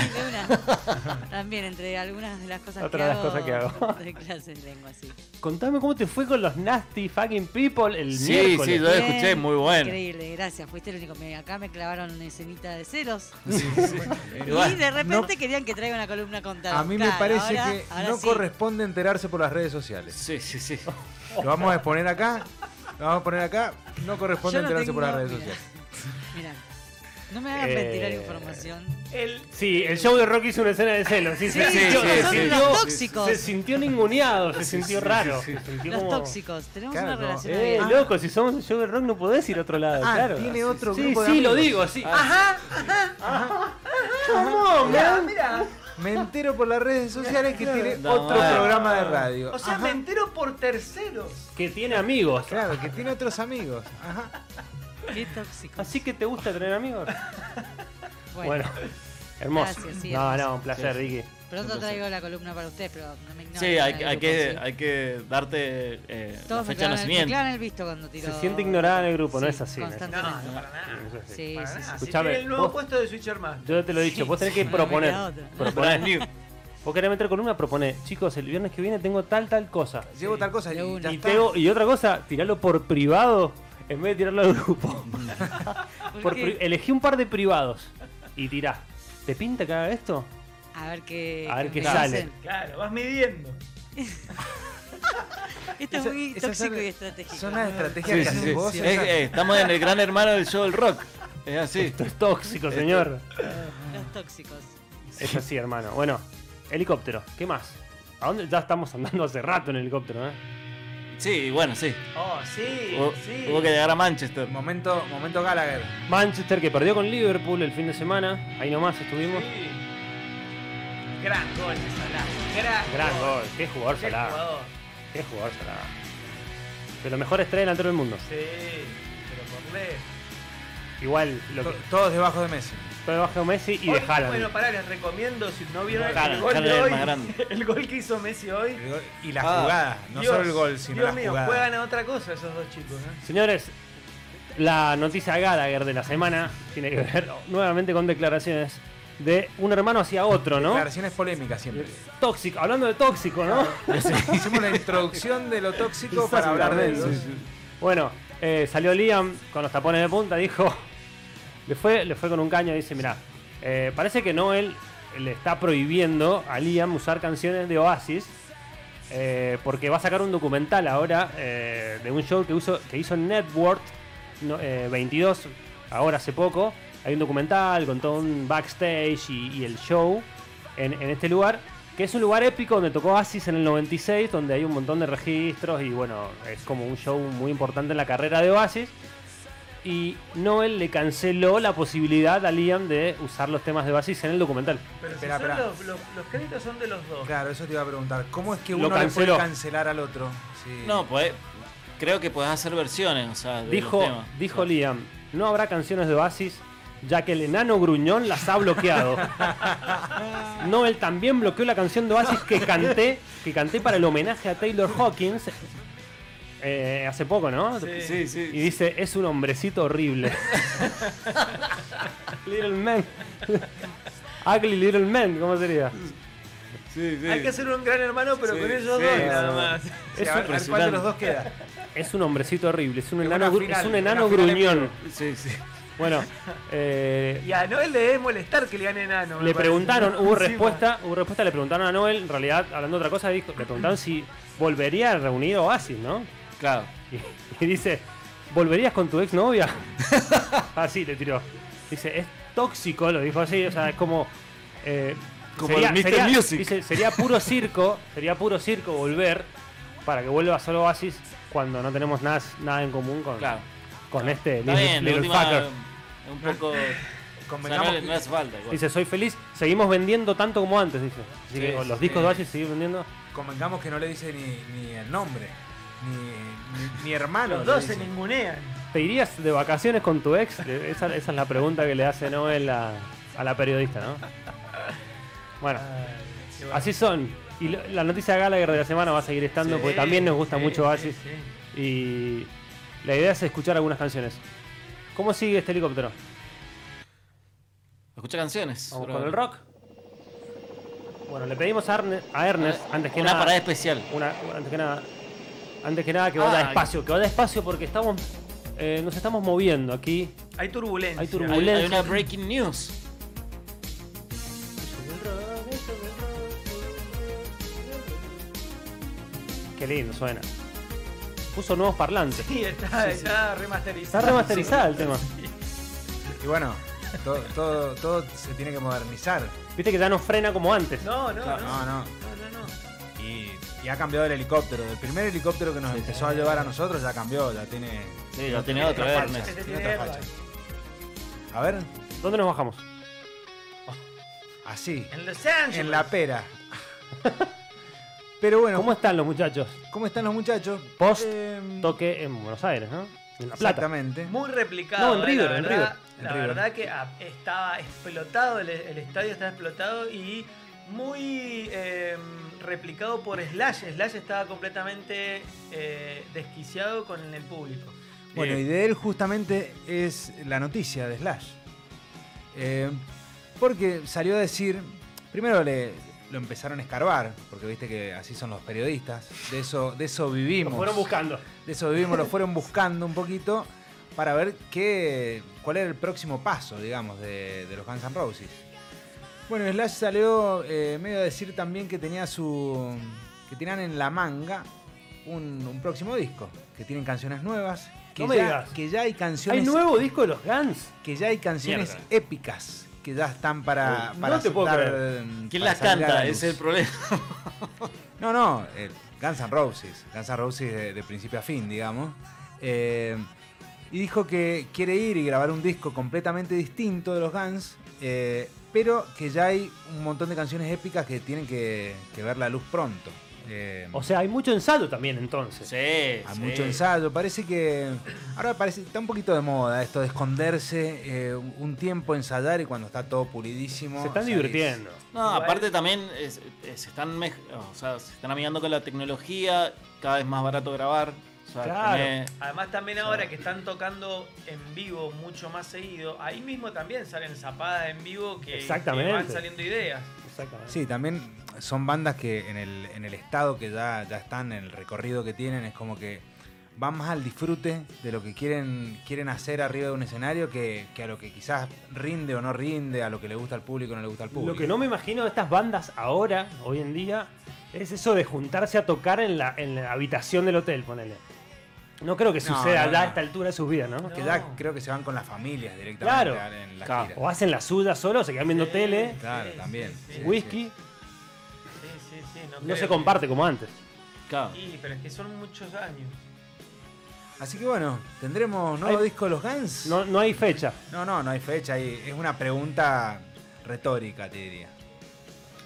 una. También entre algunas de las cosas Otra que de las hago. cosas que hago. De clases de lengua, sí. Contame cómo te fue con los Nasty Fucking People el Sí, miércoles. sí, lo Bien, escuché, muy bueno. Increíble, gracias. Fuiste el único. Me- Acá me clavaron una escenita de ceros. Y Igual. de repente querían que traiga una columna contada. A mí me parece que no corresponde corresponde enterarse por las redes sociales. Sí, sí, sí. Lo vamos a exponer acá. Lo vamos a poner acá. No corresponde Yo no enterarse por las tengo- redes mira, sociales. Mira, no me hagan Eh, ventilar información. El, Sí, el show de Rock hizo una escena de celos. Sí, se sí, sintió, sí, se sí, son sí, los sintió- tóxicos. se sintió ninguneado, se sintió raro. se sintió los como- tóxicos. Tenemos Claro, una no. relación Eh, abierta. loco, si somos el show de rock no podés ir a otro lado, Ah, claro. tiene otro sí, grupo de Sí, lo amigos. digo, sí. Ajá, No, mira, man. mira. Me entero por las redes sociales que tiene No, otro bueno. programa de radio. Ah. O sea, Ajá. me entero por terceros. Que tiene amigos. Claro, que tiene otros amigos. Ajá. Ah, Qué tóxicos. Así que te gusta tener amigos. Bueno, Bueno, hermoso. Gracias, sí, no, hermoso. no, un placer, Vicky. pronto traigo la columna para usted, pero no me ignoren. Sí, hay, en que- el hay grupo, que, ¿sí? hay que darte eh, la Todos fecha me de clavan, el, me nacimiento. clavan el visto cuando tiro. Se siente ignorada en el grupo, no es así, ¿no? No, Constantemente. no, para nada. No sé si- Ah, sí, Para sí, sí. nada. Si Escuchame, tiene el nuevo vos- puesto de Switcher más. Yo te lo he dicho, vos tenés que sí, proponer. no me queda otra. proponer. Brand new. Vos querés meter columna, proponé. Chicos, el viernes que viene tengo tal, tal cosa. Llevo tal cosa de y una. ya Y, está. tengo- y otra cosa, tiralo por privado en vez de tirarlo al grupo. Por Porque- pri- elegí un par de privados y tirá. ¿Te pinta que haga esto? A ver qué. A ver qué me sale. dicen. Claro, vas midiendo. Esto es Esa- muy esas son tóxico las- y estratégico. Son las estrategias Sí, que sí, haces sí. vos. Es- César. eh, estamos en el gran hermano del show del rock. Es así. Esto es tóxico, señor. Los tóxicos. Es así, hermano. Bueno, helicóptero. ¿Qué más? ¿A dónde? Ya estamos andando hace rato en helicóptero, ¿eh? Sí, bueno, sí. Oh, sí, Hubo, sí. hubo que llegar a Manchester. Momento, momento Gallagher. Manchester que perdió con Liverpool el fin de semana. Ahí nomás estuvimos. Gran gol de Salah. Gran, Gran gol. Qué jugador Qué Salah. jugador. Qué jugador Salah. De los mejores tres delanteros del mundo. Sí, pero por ley. Igual, lo que To- Todos debajo de Messi. fue bajo Messi y Hoy, de Haaland. Bueno, pará, les recomiendo, si no vieron Haaland, el gol Haaland de es hoy, el más grande. el gol que hizo Messi hoy. El gol- Y la Ah, jugada. No Dios, solo el gol, sino Dios la mío, jugada. juegan a otra cosa esos dos chicos. ¿eh? Señores, la noticia Gallagher de la semana tiene que ver nuevamente con declaraciones de un hermano hacia otro, ¿no? Declaraciones polémicas siempre. Tóxico, hablando de tóxico, ¿no? Hicimos la introducción de lo tóxico para hablar de ellos. Bueno, eh, salió Liam con los tapones de punta, dijo. Le fue, le fue con un caño y dice, mirá, eh, parece que Noel le está prohibiendo a Liam usar canciones de Oasis. eh, porque va a sacar un documental ahora eh, de un show que, uso- que hizo Network no, eh, 22, ahora hace poco. Hay un documental con todo un backstage y, y el show en, en este lugar, que es un lugar épico donde tocó Oasis en el 96, donde hay un montón de registros y bueno, es como un show muy importante en la carrera de Oasis. Y Noel le canceló la posibilidad a Liam de usar los temas de Oasis en el documental. Pero si Esperá, son esperá. Los, los- los créditos son de los dos. Claro, eso te iba a preguntar. ¿Cómo es que Lo uno le canceló. puede cancelar al otro? Sí. No, pues creo que podés hacer versiones, o sea, de Dijo, los temas. dijo Liam, no habrá canciones de Oasis ya que el enano gruñón las ha bloqueado. Noel también bloqueó la canción de Oasis que canté, que canté para el homenaje a Taylor Hawkins eh, hace poco, ¿no? Sí, sí. Y dice, es un hombrecito horrible. little man. Ugly little man, ¿cómo sería? sí, sí. Hay que hacer un gran hermano, pero Sí, con ellos sí, dos no, nada no. más. Sí, a ver, a ver cuál impresionante. de los dos queda. Es un hombrecito horrible, es un Es enano, una gru- final, es un una enano final en gruñón. Sí, sí. Bueno, eh, Y a Noel le debe molestar que le gane enano. me le parece. preguntaron, hubo Encima. respuesta, hubo respuesta, le preguntaron a Noel, en realidad, hablando de otra cosa, dijo, le preguntaron si volvería a reunir Oasis, ¿no? Claro. Y, y dice, ¿volverías con tu exnovia? así le tiró. Dice, es tóxico, lo dijo así, o sea, es como... eh, Como el Mr. Music. dice, sería puro circo, sería puro circo volver para que vuelva solo Oasis cuando no tenemos nada, nada en común con, Claro. con este Está little- bien, de little última, fucker. es un poco. o sea, Convengamos no, no hace falta. igual. Dice, soy feliz, seguimos vendiendo tanto como antes, dice. Así Sí, que sí. los discos de Oasis siguen vendiendo. Convengamos que no le dice ni, ni el nombre, ni, ni, ni hermano. Los le dos dice. se ningunean. ¿Te irías de vacaciones con tu ex? Eh, Esa, esa es la pregunta que le hace Noel a, a la periodista, ¿no? Bueno, así son. Y lo- la noticia Gallagher de la semana va a seguir estando porque también nos gusta sí, mucho sí, Oasis. sí. Y la idea es escuchar algunas canciones. ¿Cómo sigue este helicóptero? Escucha canciones. ¿Vamos bro. con el rock? Bueno, le pedimos a, Erne- a Ernest, antes que Ah, Una nada... parada especial. Una- antes que nada, antes que nada que Ah, vaya despacio, que vaya despacio porque estamos, eh, nos estamos moviendo aquí. Hay turbulencia. Hay turbulencia. Hay, hay una breaking news. Qué lindo suena. Puso nuevos parlantes. Sí, está, está remasterizado. Está remasterizado el tema. Y bueno, todo, todo, todo se tiene que modernizar. Viste que ya no frena como antes. No, no, no. No, no. No, no, no. Y, y ha cambiado el helicóptero. El primer helicóptero que nos empezó a llevar a nosotros ya cambió, ya tiene, Sí, lo tenía otra vez, Ernest. Este tiene tiene otra airbag. facha. A ver, ¿Dónde nos bajamos? así, En Los Ángeles. pues. en la pera. Pero bueno, ¿Cómo ¿cómo, están los muchachos? están los muchachos? Post Em, Toque en Buenos Aires, ¿no? En La Plata. Exactamente. Muy No, replicado. en eh, River, la en verdad, River, en La River. verdad que ah, estaba explotado, el, el estadio estaba explotado y muy eh, replicado por Slash. Slash estaba completamente eh, desquiciado con el público. Bueno, y de él justamente es la noticia de Slash. Eh, porque salió a decir, primero le, lo empezaron a escarbar, porque viste que así son los periodistas, de eso, de eso vivimos. Nos fueron buscando. De eso vivimos, lo fueron buscando un poquito para ver qué, cuál era el próximo paso, digamos, de, de los Guns N' Roses. Bueno, Slash salió eh, medio a decir también que tenía su. que tenían en la manga un, un próximo disco, que tienen canciones nuevas, que, No me ya, digas. que ya hay canciones Hay nuevo disco de los Guns. que ya hay canciones Mierda. épicas que ya están para, Uy, para no te puedo dar, creer. mm, ¿Quién para las salir a la canta? luz. Ese es el problema. No, no, eh, Guns N' Roses. Guns N' Roses de, de principio a fin, digamos. Eh, y dijo que quiere ir y grabar un disco completamente distinto de los Guns, eh, pero que ya hay un montón de canciones épicas que tienen que, que ver la luz pronto. Eh, O sea, hay mucho ensayo también entonces. Sí. hay sí. mucho ensayo, parece que ahora parece está un poquito de moda esto de esconderse eh, un tiempo ensayar y cuando está todo pulidísimo. Se están salís. divirtiendo. No, Igual- aparte también es- es- se están mej- o sea, se están amigando con la tecnología, cada vez más barato grabar. O sea, Claro. tenés- Además también ahora que están tocando en vivo mucho más seguido, ahí mismo también salen zapadas en vivo que, que Exactamente. van saliendo ideas. Exactamente. Sí, también son bandas que en el, en el estado que ya, ya están, en el recorrido que tienen, es como que van más al disfrute de lo que quieren, quieren hacer arriba de un escenario que, que a lo que quizás rinde o no rinde, a lo que le gusta al público o no le gusta al público. Lo que no me imagino de estas bandas ahora, hoy en día, es eso de juntarse a tocar en la, en la habitación del hotel, ponele. No creo que No, suceda no, ya a no. esta altura de sus vidas, ¿no? Que ya creo que se van con las familias directamente Claro. a- en la Claro, gira. O hacen la suya solo, se quedan viendo Sí. tele, Claro, Sí, también. sí, Sí, whisky, Sí, sí, sí. no creo se que- comparte como antes. claro. Sí, pero es que son muchos años. Así que bueno, ¿tendremos nuevo Hay- disco de los Guns? No, no hay fecha. no, no, no hay fecha. ahí. Es una pregunta retórica, te diría.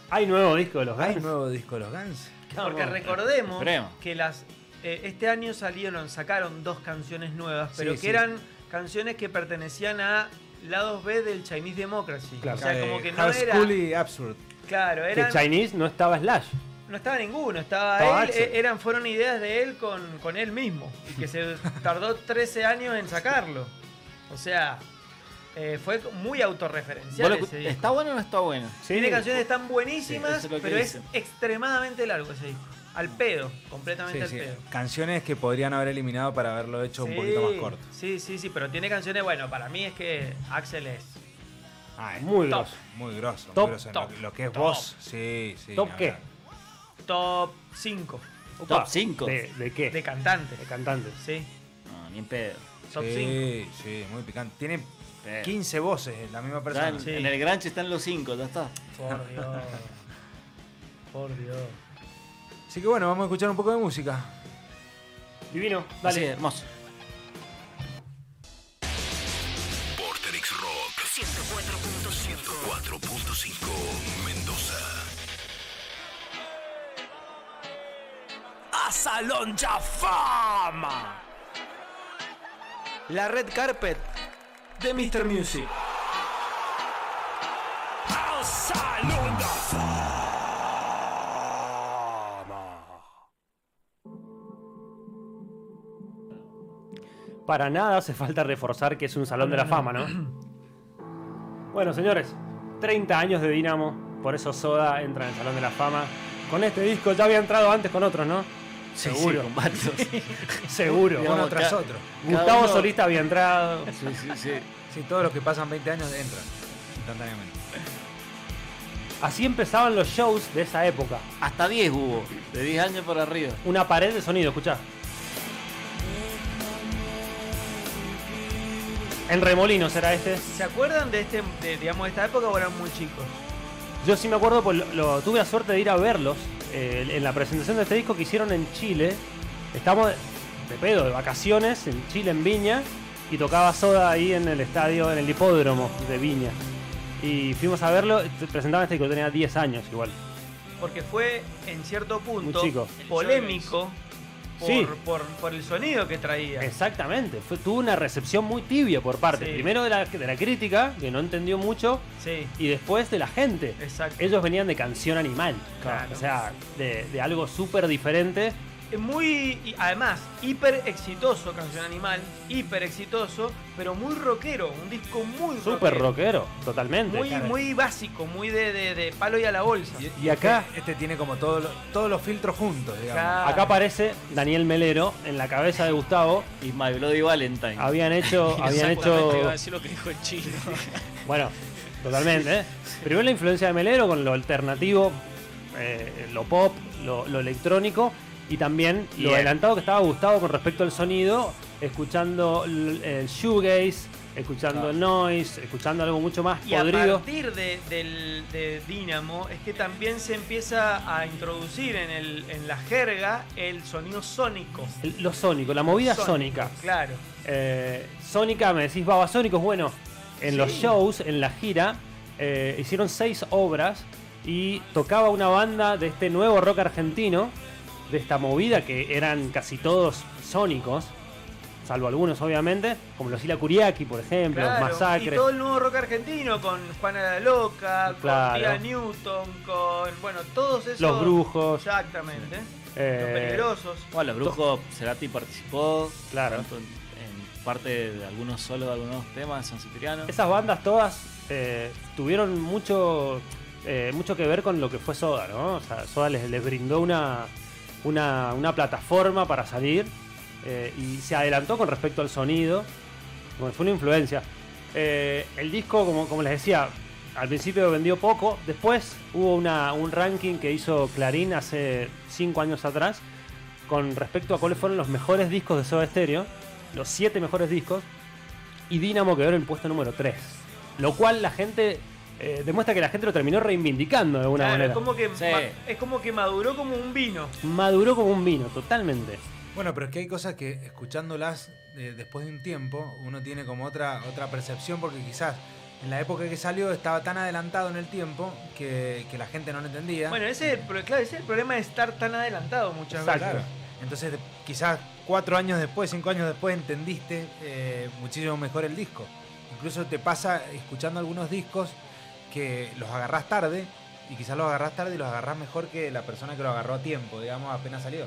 Hay nuevo disco de los ¿Hay Guns. nuevo disco de los Guns? Porque recordemos Esperemos. que las eh, este año salieron, sacaron dos canciones nuevas, pero Sí, que sí. eran canciones que pertenecían a lados B del Chinese Democracy. Claro. O sea, Eh, como que no Hard era. School y Absurd. Claro, Que eran, Chinese no estaba Slash. no estaba ninguno, estaba Estaba él, Axel. eh, eran, fueron ideas de él con, con él mismo, y que se tardó 13 años en sacarlo. O sea, eh, fue muy autorreferencial. Vos lo- ese disco. ¿Está bueno o no está bueno? Sí. Tiene canciones tan buenísimas, Sí, eso es lo que pero es dicen. extremadamente largo ese disco. Al pedo, Sí, completamente sí, al pedo. Canciones que podrían haber eliminado para haberlo hecho un poquito más corto. Sí, sí, sí, pero tiene canciones, bueno, para mí es que Axel es Ah, es Muy Top. grosso. muy grosso, Top, muy grosso. top, lo, lo que es top. voz, sí, sí. ¿Top ni qué? hablar. top 5 Opa, Top cinco. ¿De, de qué? de De, cantante. cantantes. Sí, No, ni en pedo. top 5. Sí, sí, muy picante. Tiene Pero- 15 voces la misma Ya persona. en, Sí. en el Granch están los cinco, ya está. Por Dios. Por Dios. Así que bueno, vamos a escuchar un poco de música. Divino, Así, dale. hermoso. Vorterix Rock 104.5 104.5 Mendoza. a Salón Fama. La red carpet de Mr. Music. A Salón Fama. Para nada hace falta reforzar que es un salón de la fama, ¿no? Bueno, señores, 30 años de Dinamo, por eso Soda entra en el salón de la fama. Con este disco ya había entrado antes con otros, ¿no? Sí, Seguro. sí, con varios. Seguro. Digamos, Uno tras cada- otro. Gustavo uno- Solista había entrado. Sí, sí, sí. Sí, todos los que pasan 20 años entran instantáneamente. Así empezaban los shows de esa época. Hasta 10 hubo, de 10 años para arriba. Una pared de sonido, escuchá. En Remolinos era este. ¿Se acuerdan de este, de, digamos, de esta época o eran muy chicos? Yo sí me acuerdo, pues lo, lo- tuve la suerte de ir a verlos eh, en la presentación de este disco que hicieron en Chile. Estamos de pedo, de vacaciones, en Chile, en Viña, y tocaba Soda ahí en el estadio, en el hipódromo de Viña. Y fuimos a verlo, t- presentaban este disco, yo tenía 10 años igual. Porque fue en cierto punto Muy chico. polémico por, Sí. por, por el sonido que traía. Exactamente, fue, tuvo una recepción muy tibia por parte, Sí. primero de la, de la crítica, que no entendió mucho, Sí, y después de la gente. exacto. Ellos venían de canción animal, Claro. o sea, de, de algo súper diferente. Es muy, y además, hiper exitoso Canción Animal, hiper exitoso, pero muy rockero, un disco muy Súper rockero. rockero, totalmente. Muy, Claro. muy básico, muy de, de- de palo y a la bolsa. Y, Y acá- Este, este tiene como todo lo- todos los filtros juntos, digamos. Claro. Acá aparece Daniel Melero en la cabeza de Gustavo. Y My Bloody Valentine. Habían hecho, habían Exactamente, iba a hecho, decir lo que dijo el chino. bueno, totalmente. ¿eh? Primero la influencia de Melero con lo alternativo, eh, lo pop, lo, lo electrónico Y también lo Bien. adelantado que estaba Gustavo con respecto al sonido, escuchando l- el shoegaze, escuchando el noise, escuchando algo mucho más Y a podrido. partir de, del, de Dynamo es que también se empieza a introducir en, el, en la jerga el sonido sónico. El- Lo sónico, la movida Sónico, sónica. Claro. Eh, Sónica, me decís Babasónicos, bueno, en los Sí. shows, en la gira, eh, hicieron seis obras y tocaba una banda de este nuevo rock argentino, de esta movida que eran casi todos sónicos, salvo algunos obviamente, como los Ila Kuriaki, por ejemplo, los claro. Masacres. Y todo el nuevo rock argentino con Juana la Loca, Claro. con Tía Newton, con. Bueno, todos esos. Los Brujos. Exactamente. Eh, los peligrosos. Bueno, los brujos, Cerati participó. Claro. tanto en, en parte de algunos solos de algunos temas, San Cipriano. Esas bandas todas eh, tuvieron mucho, eh, mucho que ver con lo que fue Soda, ¿no? O sea, Soda les, les brindó una, una, una plataforma para salir eh, y se adelantó con respecto al sonido. Bueno, fue una influencia. Eh, el disco, como, como les decía, al principio vendió poco. Después hubo una- un ranking que hizo Clarín hace 5 años atrás con respecto a cuáles fueron los mejores discos de Soda Stereo. Los 7 mejores discos y Dinamo quedó en el puesto número 3. Lo cual la gente eh, demuestra que la gente lo terminó reivindicando de alguna Claro, manera. es como, que ma- es como que maduró como un vino. Maduró como un vino, totalmente. Bueno, pero es que hay cosas que escuchándolas eh, después de un tiempo, uno tiene como otra, otra percepción, porque quizás en la época que salió estaba tan adelantado en el tiempo que, que la gente no lo entendía. Bueno, ese es, el, pro- claro, ese es el problema de estar tan adelantado muchas Exacto. veces. Entonces, de- quizás cuatro años después, cinco años después, entendiste eh, muchísimo mejor el disco. Incluso te pasa escuchando algunos discos que los agarrás tarde y quizás los agarrás tarde y los agarrás mejor que la persona que lo agarró a tiempo, digamos, apenas salió.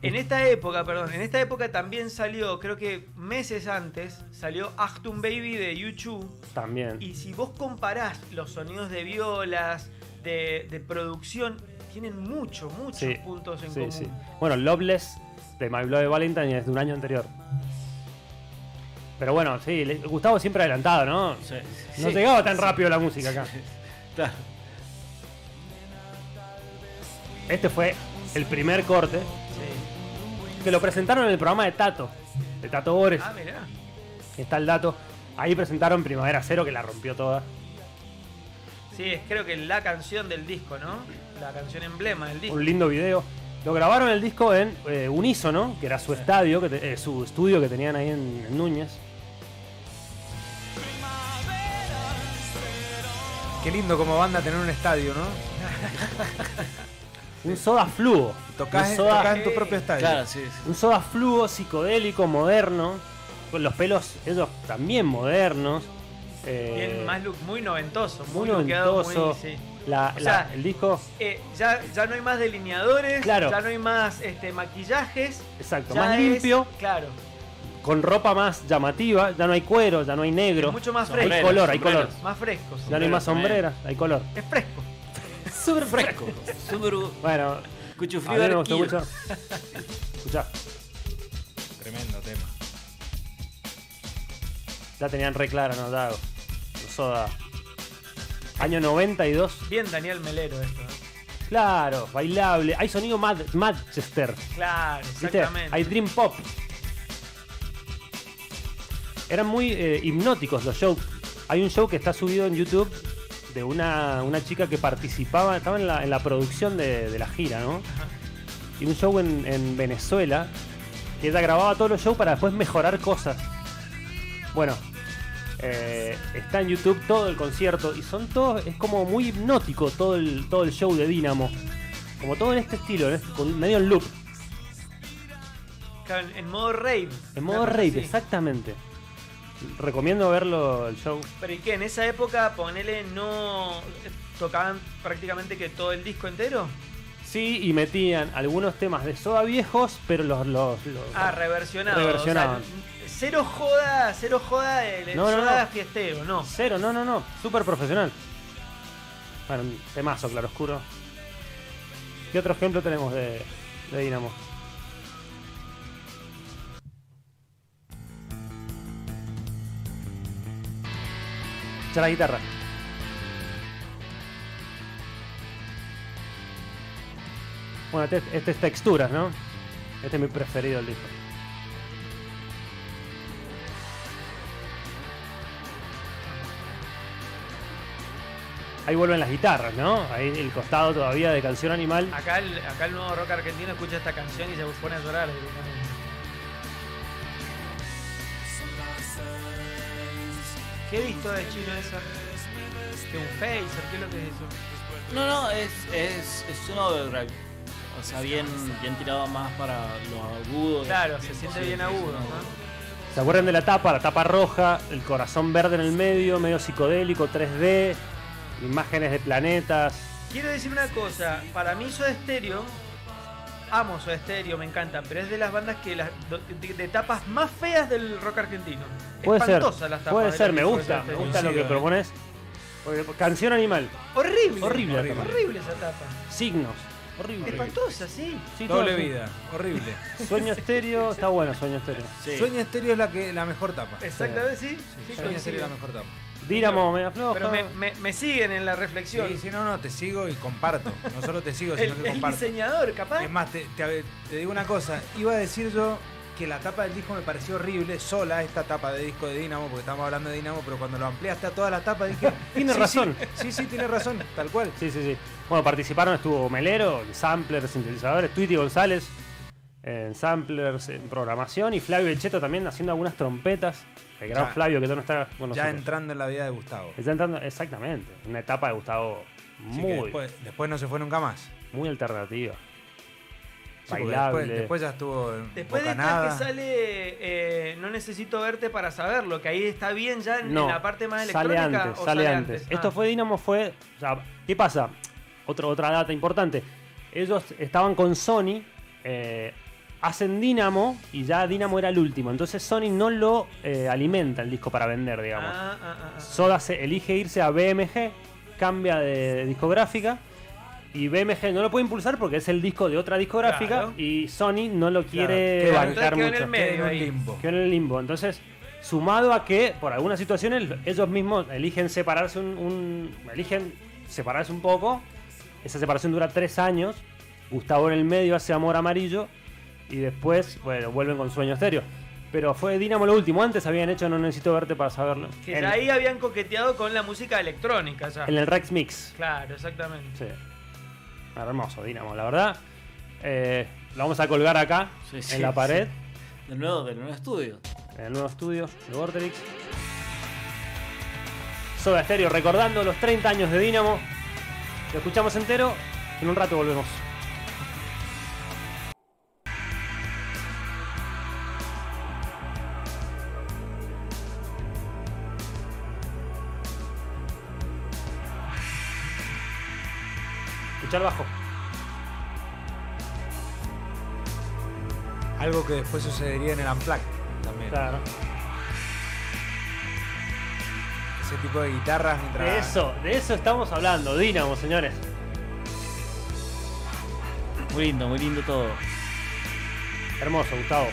En esta época, perdón, en esta época también salió, creo que meses antes, salió Achtung Baby de YouTube. También. Y si vos comparás los sonidos de violas, de, de producción, tienen mucho, muchos Sí, puntos en sí, común. sí. Bueno, Loveless de My Bloody Valentine es de un año anterior. Pero bueno, sí, le- Gustavo siempre adelantado, ¿no? No sí. llegaba tan Sí. rápido la música acá. Claro. Este fue el primer corte que lo presentaron en el programa de Tato, de Tato Bores. Ah, mirá. Está el dato. Ahí presentaron Primavera Cero que la rompió toda. Sí, es creo que la canción del disco, ¿no? La canción emblema del disco. un lindo video. Lo grabaron el disco en eh, Unísono, que era su estadio, que te- eh, su estudio que tenían ahí en, en Núñez. Qué lindo como banda tener un estadio, ¿no? Un soda fluo. Tocás, un, soda, tocás en tu propio estadio. un soda fluo psicodélico, moderno, con los pelos ellos también modernos. eh, Bien, más look, muy noventoso, muy muy, lookeado, noventoso. muy- sí. La- la- O sea, el disco, Eh, ya, ya no hay más delineadores, Claro. ya no hay más este, maquillajes. exacto, ya más es- limpio, Claro. con ropa más llamativa. Ya no hay cuero, ya no hay negro. Es mucho más Hay fresco. color, hay color. Más fresco. Ya no hay más sombreras sombreras, hay color. Es fresco. Súper fresco. Súper. Bueno, a Cuchufrío mí de me gustó arquero. mucho. Escuchá. Tremendo tema. La tenían re clara, no Dago. No soda. Año 92. Bien Daniel Melero esto. ¿eh? Claro, bailable. Hay sonido Mad Manchester. Claro, ¿Viste? exactamente. Hay Dream Pop. Eran muy eh, hipnóticos los shows. Hay un show que está subido en YouTube de una, una chica que participaba, estaba en la, en la producción de, de la gira, ¿no? Y un show en, en Venezuela que ella grababa todos los shows para después mejorar cosas. Bueno, eh, está en YouTube todo el concierto y son todos, es como muy hipnótico todo el, todo el show de Dynamo. Como todo en este estilo, en este- con medio en loop. Claro, En, en modo rave. En Una modo cosa rape, así. exactamente. Recomiendo verlo el show. Pero ¿y qué? En esa época, ponele, no eh, tocaban prácticamente que todo el disco entero. Sí, y metían algunos temas de Soda viejos, pero los... los, los- Ah, reversionado. Reversionaban. O sea, cero joda, cero joda el, el No, no, soda no. fiestero, no. Cero, no, no, no. Súper profesional. Bueno, un temazo, claro oscuro. ¿Qué otro ejemplo tenemos de, de Dinamo? Ya la guitarra. Bueno, te- este es texturas, ¿no? Este es mi preferido el disco. Ahí vuelven las guitarras, ¿no? Ahí el costado todavía de Canción Animal. Acá el, acá el nuevo rock argentino escucha esta canción y se pone a llorar. directamente. ¿Qué visto de chino eso? ¿De un phaser? ¿Qué es lo que es eso? No, no, es, es, es un overdrive. O sea, bien, bien tirado más para los agudos. Claro, se siente Sí, bien es agudo, un ¿no? ¿Se acuerdan de la tapa? La tapa roja, el corazón verde en el medio, medio psicodélico, 3D, imágenes de planetas. Quiero decir una cosa, para mí Soda Stereo, amo Soda Stereo, me encanta, pero es de las bandas que las do- de, de tapas más feas del rock argentino. Puede ser, Espantosas las tapas puede de ser, las me discos de gusta, Soda me Stereo. gusta lo que propones. Porque- Canción Animal, Horrible, Horrible la horrible, tapa. horrible esa tapa. signos, horrible. Espantosa, sí. Sí, Doble todo- vida, horrible. Sueño estéreo, está bueno Sueño estéreo. Sí. Sueño estéreo es la, que, la mejor tapa. Exactamente, sí. sí, Sueño estéreo coincido. es la mejor tapa. Díramo, me afloja. Pero me, me- me siguen en la reflexión. Sí, sí, no, no, te sigo y comparto. No solo te sigo, sino el, que el comparto. diseñador, capaz. Es más, te, te- te digo una cosa. Iba a decir yo que la tapa del disco me pareció horrible, sola esta tapa de disco de Dinamo, porque estábamos hablando de Dinamo, pero cuando lo ampliaste a toda la tapa dije. Tiene sí, razón. Sí, sí, sí, tiene razón, tal cual. Sí, sí, sí. Bueno, participaron, estuvo Melero, en samplers, sintetizadores, Tweety González en samplers, en programación y Flavio Echeto también haciendo algunas trompetas. El gran Ya. Flavio que todavía no está con nosotros. Ya entrando en la vida de Gustavo. Está entrando, exactamente. Una etapa de Gustavo Así que muy, después, después no se fue nunca más. Sí, muy alternativa. porque Bailable. Después, después ya estuvo en Después de esta Bocanada. que sale eh, No necesito verte para saberlo, que ahí está bien ya en, No, en la parte más sale electrónica. antes, o sale, antes. Ah, Esto fue Dinamo, fue. o sea, ¿Qué pasa? Otra otra data importante. Ellos estaban con Sony, eh, hacen Dinamo y ya Dinamo era el último. Entonces Sony no lo eh, alimenta el disco para vender, digamos. ah, ah, ah, ah. Soda se elige irse a BMG, cambia de discográfica. Y BMG no lo puede impulsar porque es el disco de otra discográfica Claro. y Sony no lo quiere queda- bancar quedó en mucho el medio Queda en ahí. un limbo. que en el limbo. Entonces, sumado a que por algunas situaciones ellos mismos eligen separarse un, un- eligen separarse un poco. Esa separación dura tres años. Gustavo en el medio hace Amor Amarillo y después, bueno, vuelven con Sueño Estéreo. Pero fue Dinamo lo último. Antes habían hecho No Necesito Verte para saberlo. Que En, ya ahí habían coqueteado con la música electrónica. Ya. en el Rex Mix. Claro, exactamente. Sí. Hermoso Dinamo, la verdad. Eh, la vamos a colgar acá, Sí, en sí, la sí. pared, Del nuevo, del nuevo estudio. en el nuevo estudio de Vorterix. Soda Stereo recordando los 30 años de Dinamo. Lo escuchamos entero, en un rato volvemos. Escuchar bajo. Algo que después sucedería en el Unplugged también. Claro. Ese tipo de guitarras mientras. De eso, de eso estamos hablando, Dinamo, señores. Muy lindo, muy lindo todo. Hermoso, Gustavo.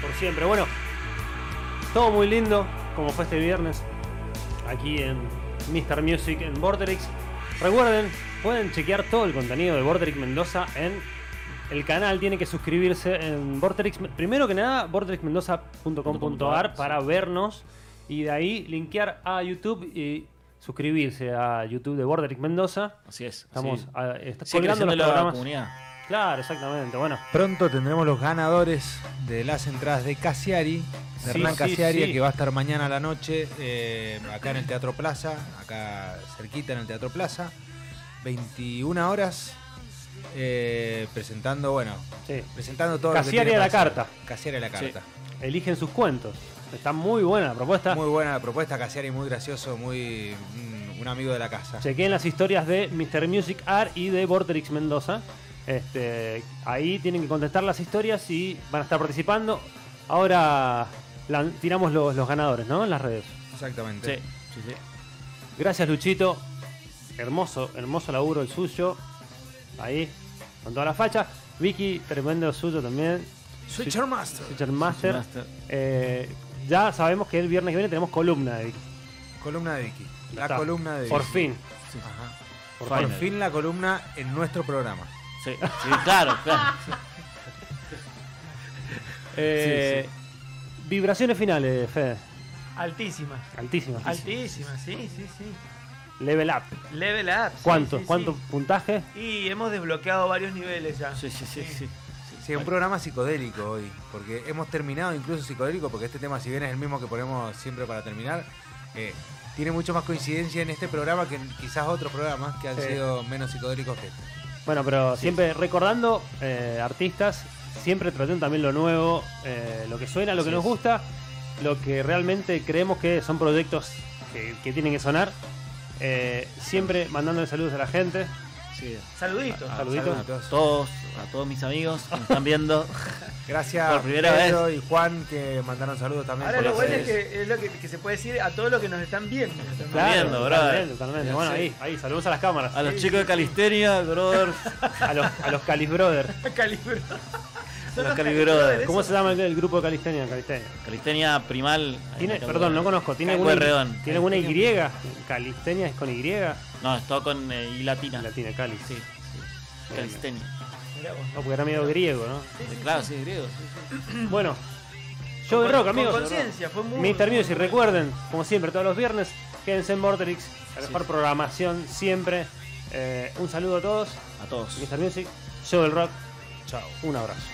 Por siempre. Bueno, todo muy lindo, como fue este viernes, aquí en Mr. Music en Borderix. Recuerden, pueden chequear todo el contenido de Borderix Mendoza en el canal. Tienen que suscribirse en Borderix. Primero que nada, borderixmendoza.com.ar para vernos y de ahí linkear a YouTube y suscribirse a YouTube de Borderix Mendoza. Así es. Estamos así. ah, está- Sigue colgando creciendo los la programas. comunidad. Claro, exactamente. Bueno. Pronto tendremos los ganadores de las entradas de Casiari, de Sí, Hernán sí, Casiari, sí. que va a estar mañana a la noche eh, acá en el Teatro Plaza, acá cerquita en el Teatro Plaza, 21 horas, eh, presentando, bueno, Sí. presentando todo Casiari lo que a tiene la para hacer. carta. Casiari a la carta. eligen sus cuentos. Está muy buena la propuesta. Muy buena la propuesta, Casiari, muy gracioso, muy mm, un amigo de la casa. Chequeen las historias de Mr. Music Art y de Vorterix Mendoza. Este, ahí tienen que contestar las historias y van a estar participando. Ahora lan- tiramos los, los ganadores, ¿no? En las redes. Exactamente. Sí, sí, sí. Gracias, Luchito. Hermoso, hermoso laburo el suyo. Ahí, con toda la facha. Vicky, tremendo suyo también. Switcher Master. Switcher Master. Eh, ya sabemos que el viernes que viene tenemos columna de Vicky. Columna de Vicky. Ya La está. columna de Vicky. Por fin. Ajá. Por Por fin. fin la columna en nuestro programa. Sí, sí, claro, claro. Eh, Vibraciones finales, Fede. Altísima. Altísimas. Altísima, sí, sí, sí. Level up. Level up. sí, ¿Cuánto? sí, sí. ¿Cuánto puntaje? Y hemos desbloqueado varios niveles ya. Sí, sí, sí, sí. Sí, un programa psicodélico hoy, porque hemos terminado incluso psicodélico, porque este tema, si bien es el mismo que ponemos siempre para terminar, eh, tiene mucho más coincidencia en este programa que en quizás otros programas que han Sí. sido menos psicodélicos que este. Bueno, pero siempre recordando eh, artistas, siempre traten también lo nuevo, eh, lo que suena, lo que Así nos es. gusta, lo que realmente creemos que son proyectos que, que tienen que sonar. Eh, siempre mandándole saludos a la gente. sí. Saluditos. A, a- Saluditos. a todos, a todos mis amigos que me están viendo. Gracias Por primera Pedro y Juan que mandaron saludos también. Ahora por lo las bueno es redes. que es lo que, que se puede decir a todos los que nos están viendo. también. viendo, brother. totalmente, totalmente. Bueno, ahí, ahí, saludos a las cámaras. A los chicos de Calistenia, brother. A los, a los Calis Brothers. Calibro. Son Los los Calibro. calibradores, ¿Cómo esos. se llama el, el grupo de Calistenia? Calistenia. Calistenia Primal. ahí Tiene, me tengo- perdón, no conozco. ¿Tiene Caco alguna, Herredón. ¿tiene alguna Y? ¿Calistenia es con Y? No, es todo con eh, I latina. Latina, Cali. Sí, sí. Calistenia. Mirá vos. No, porque era medio griego, ¿no? Claro, sí, es griego. sí, sí. Bueno, show de Con- rock, con amigos. conciencia, fue muy. Mr. Music, recuerden, como siempre, todos los viernes, quédense en Vorterix, la mejor programación siempre. Eh, un saludo a todos. A todos. Mr. Music, show del rock. Chao. Un abrazo.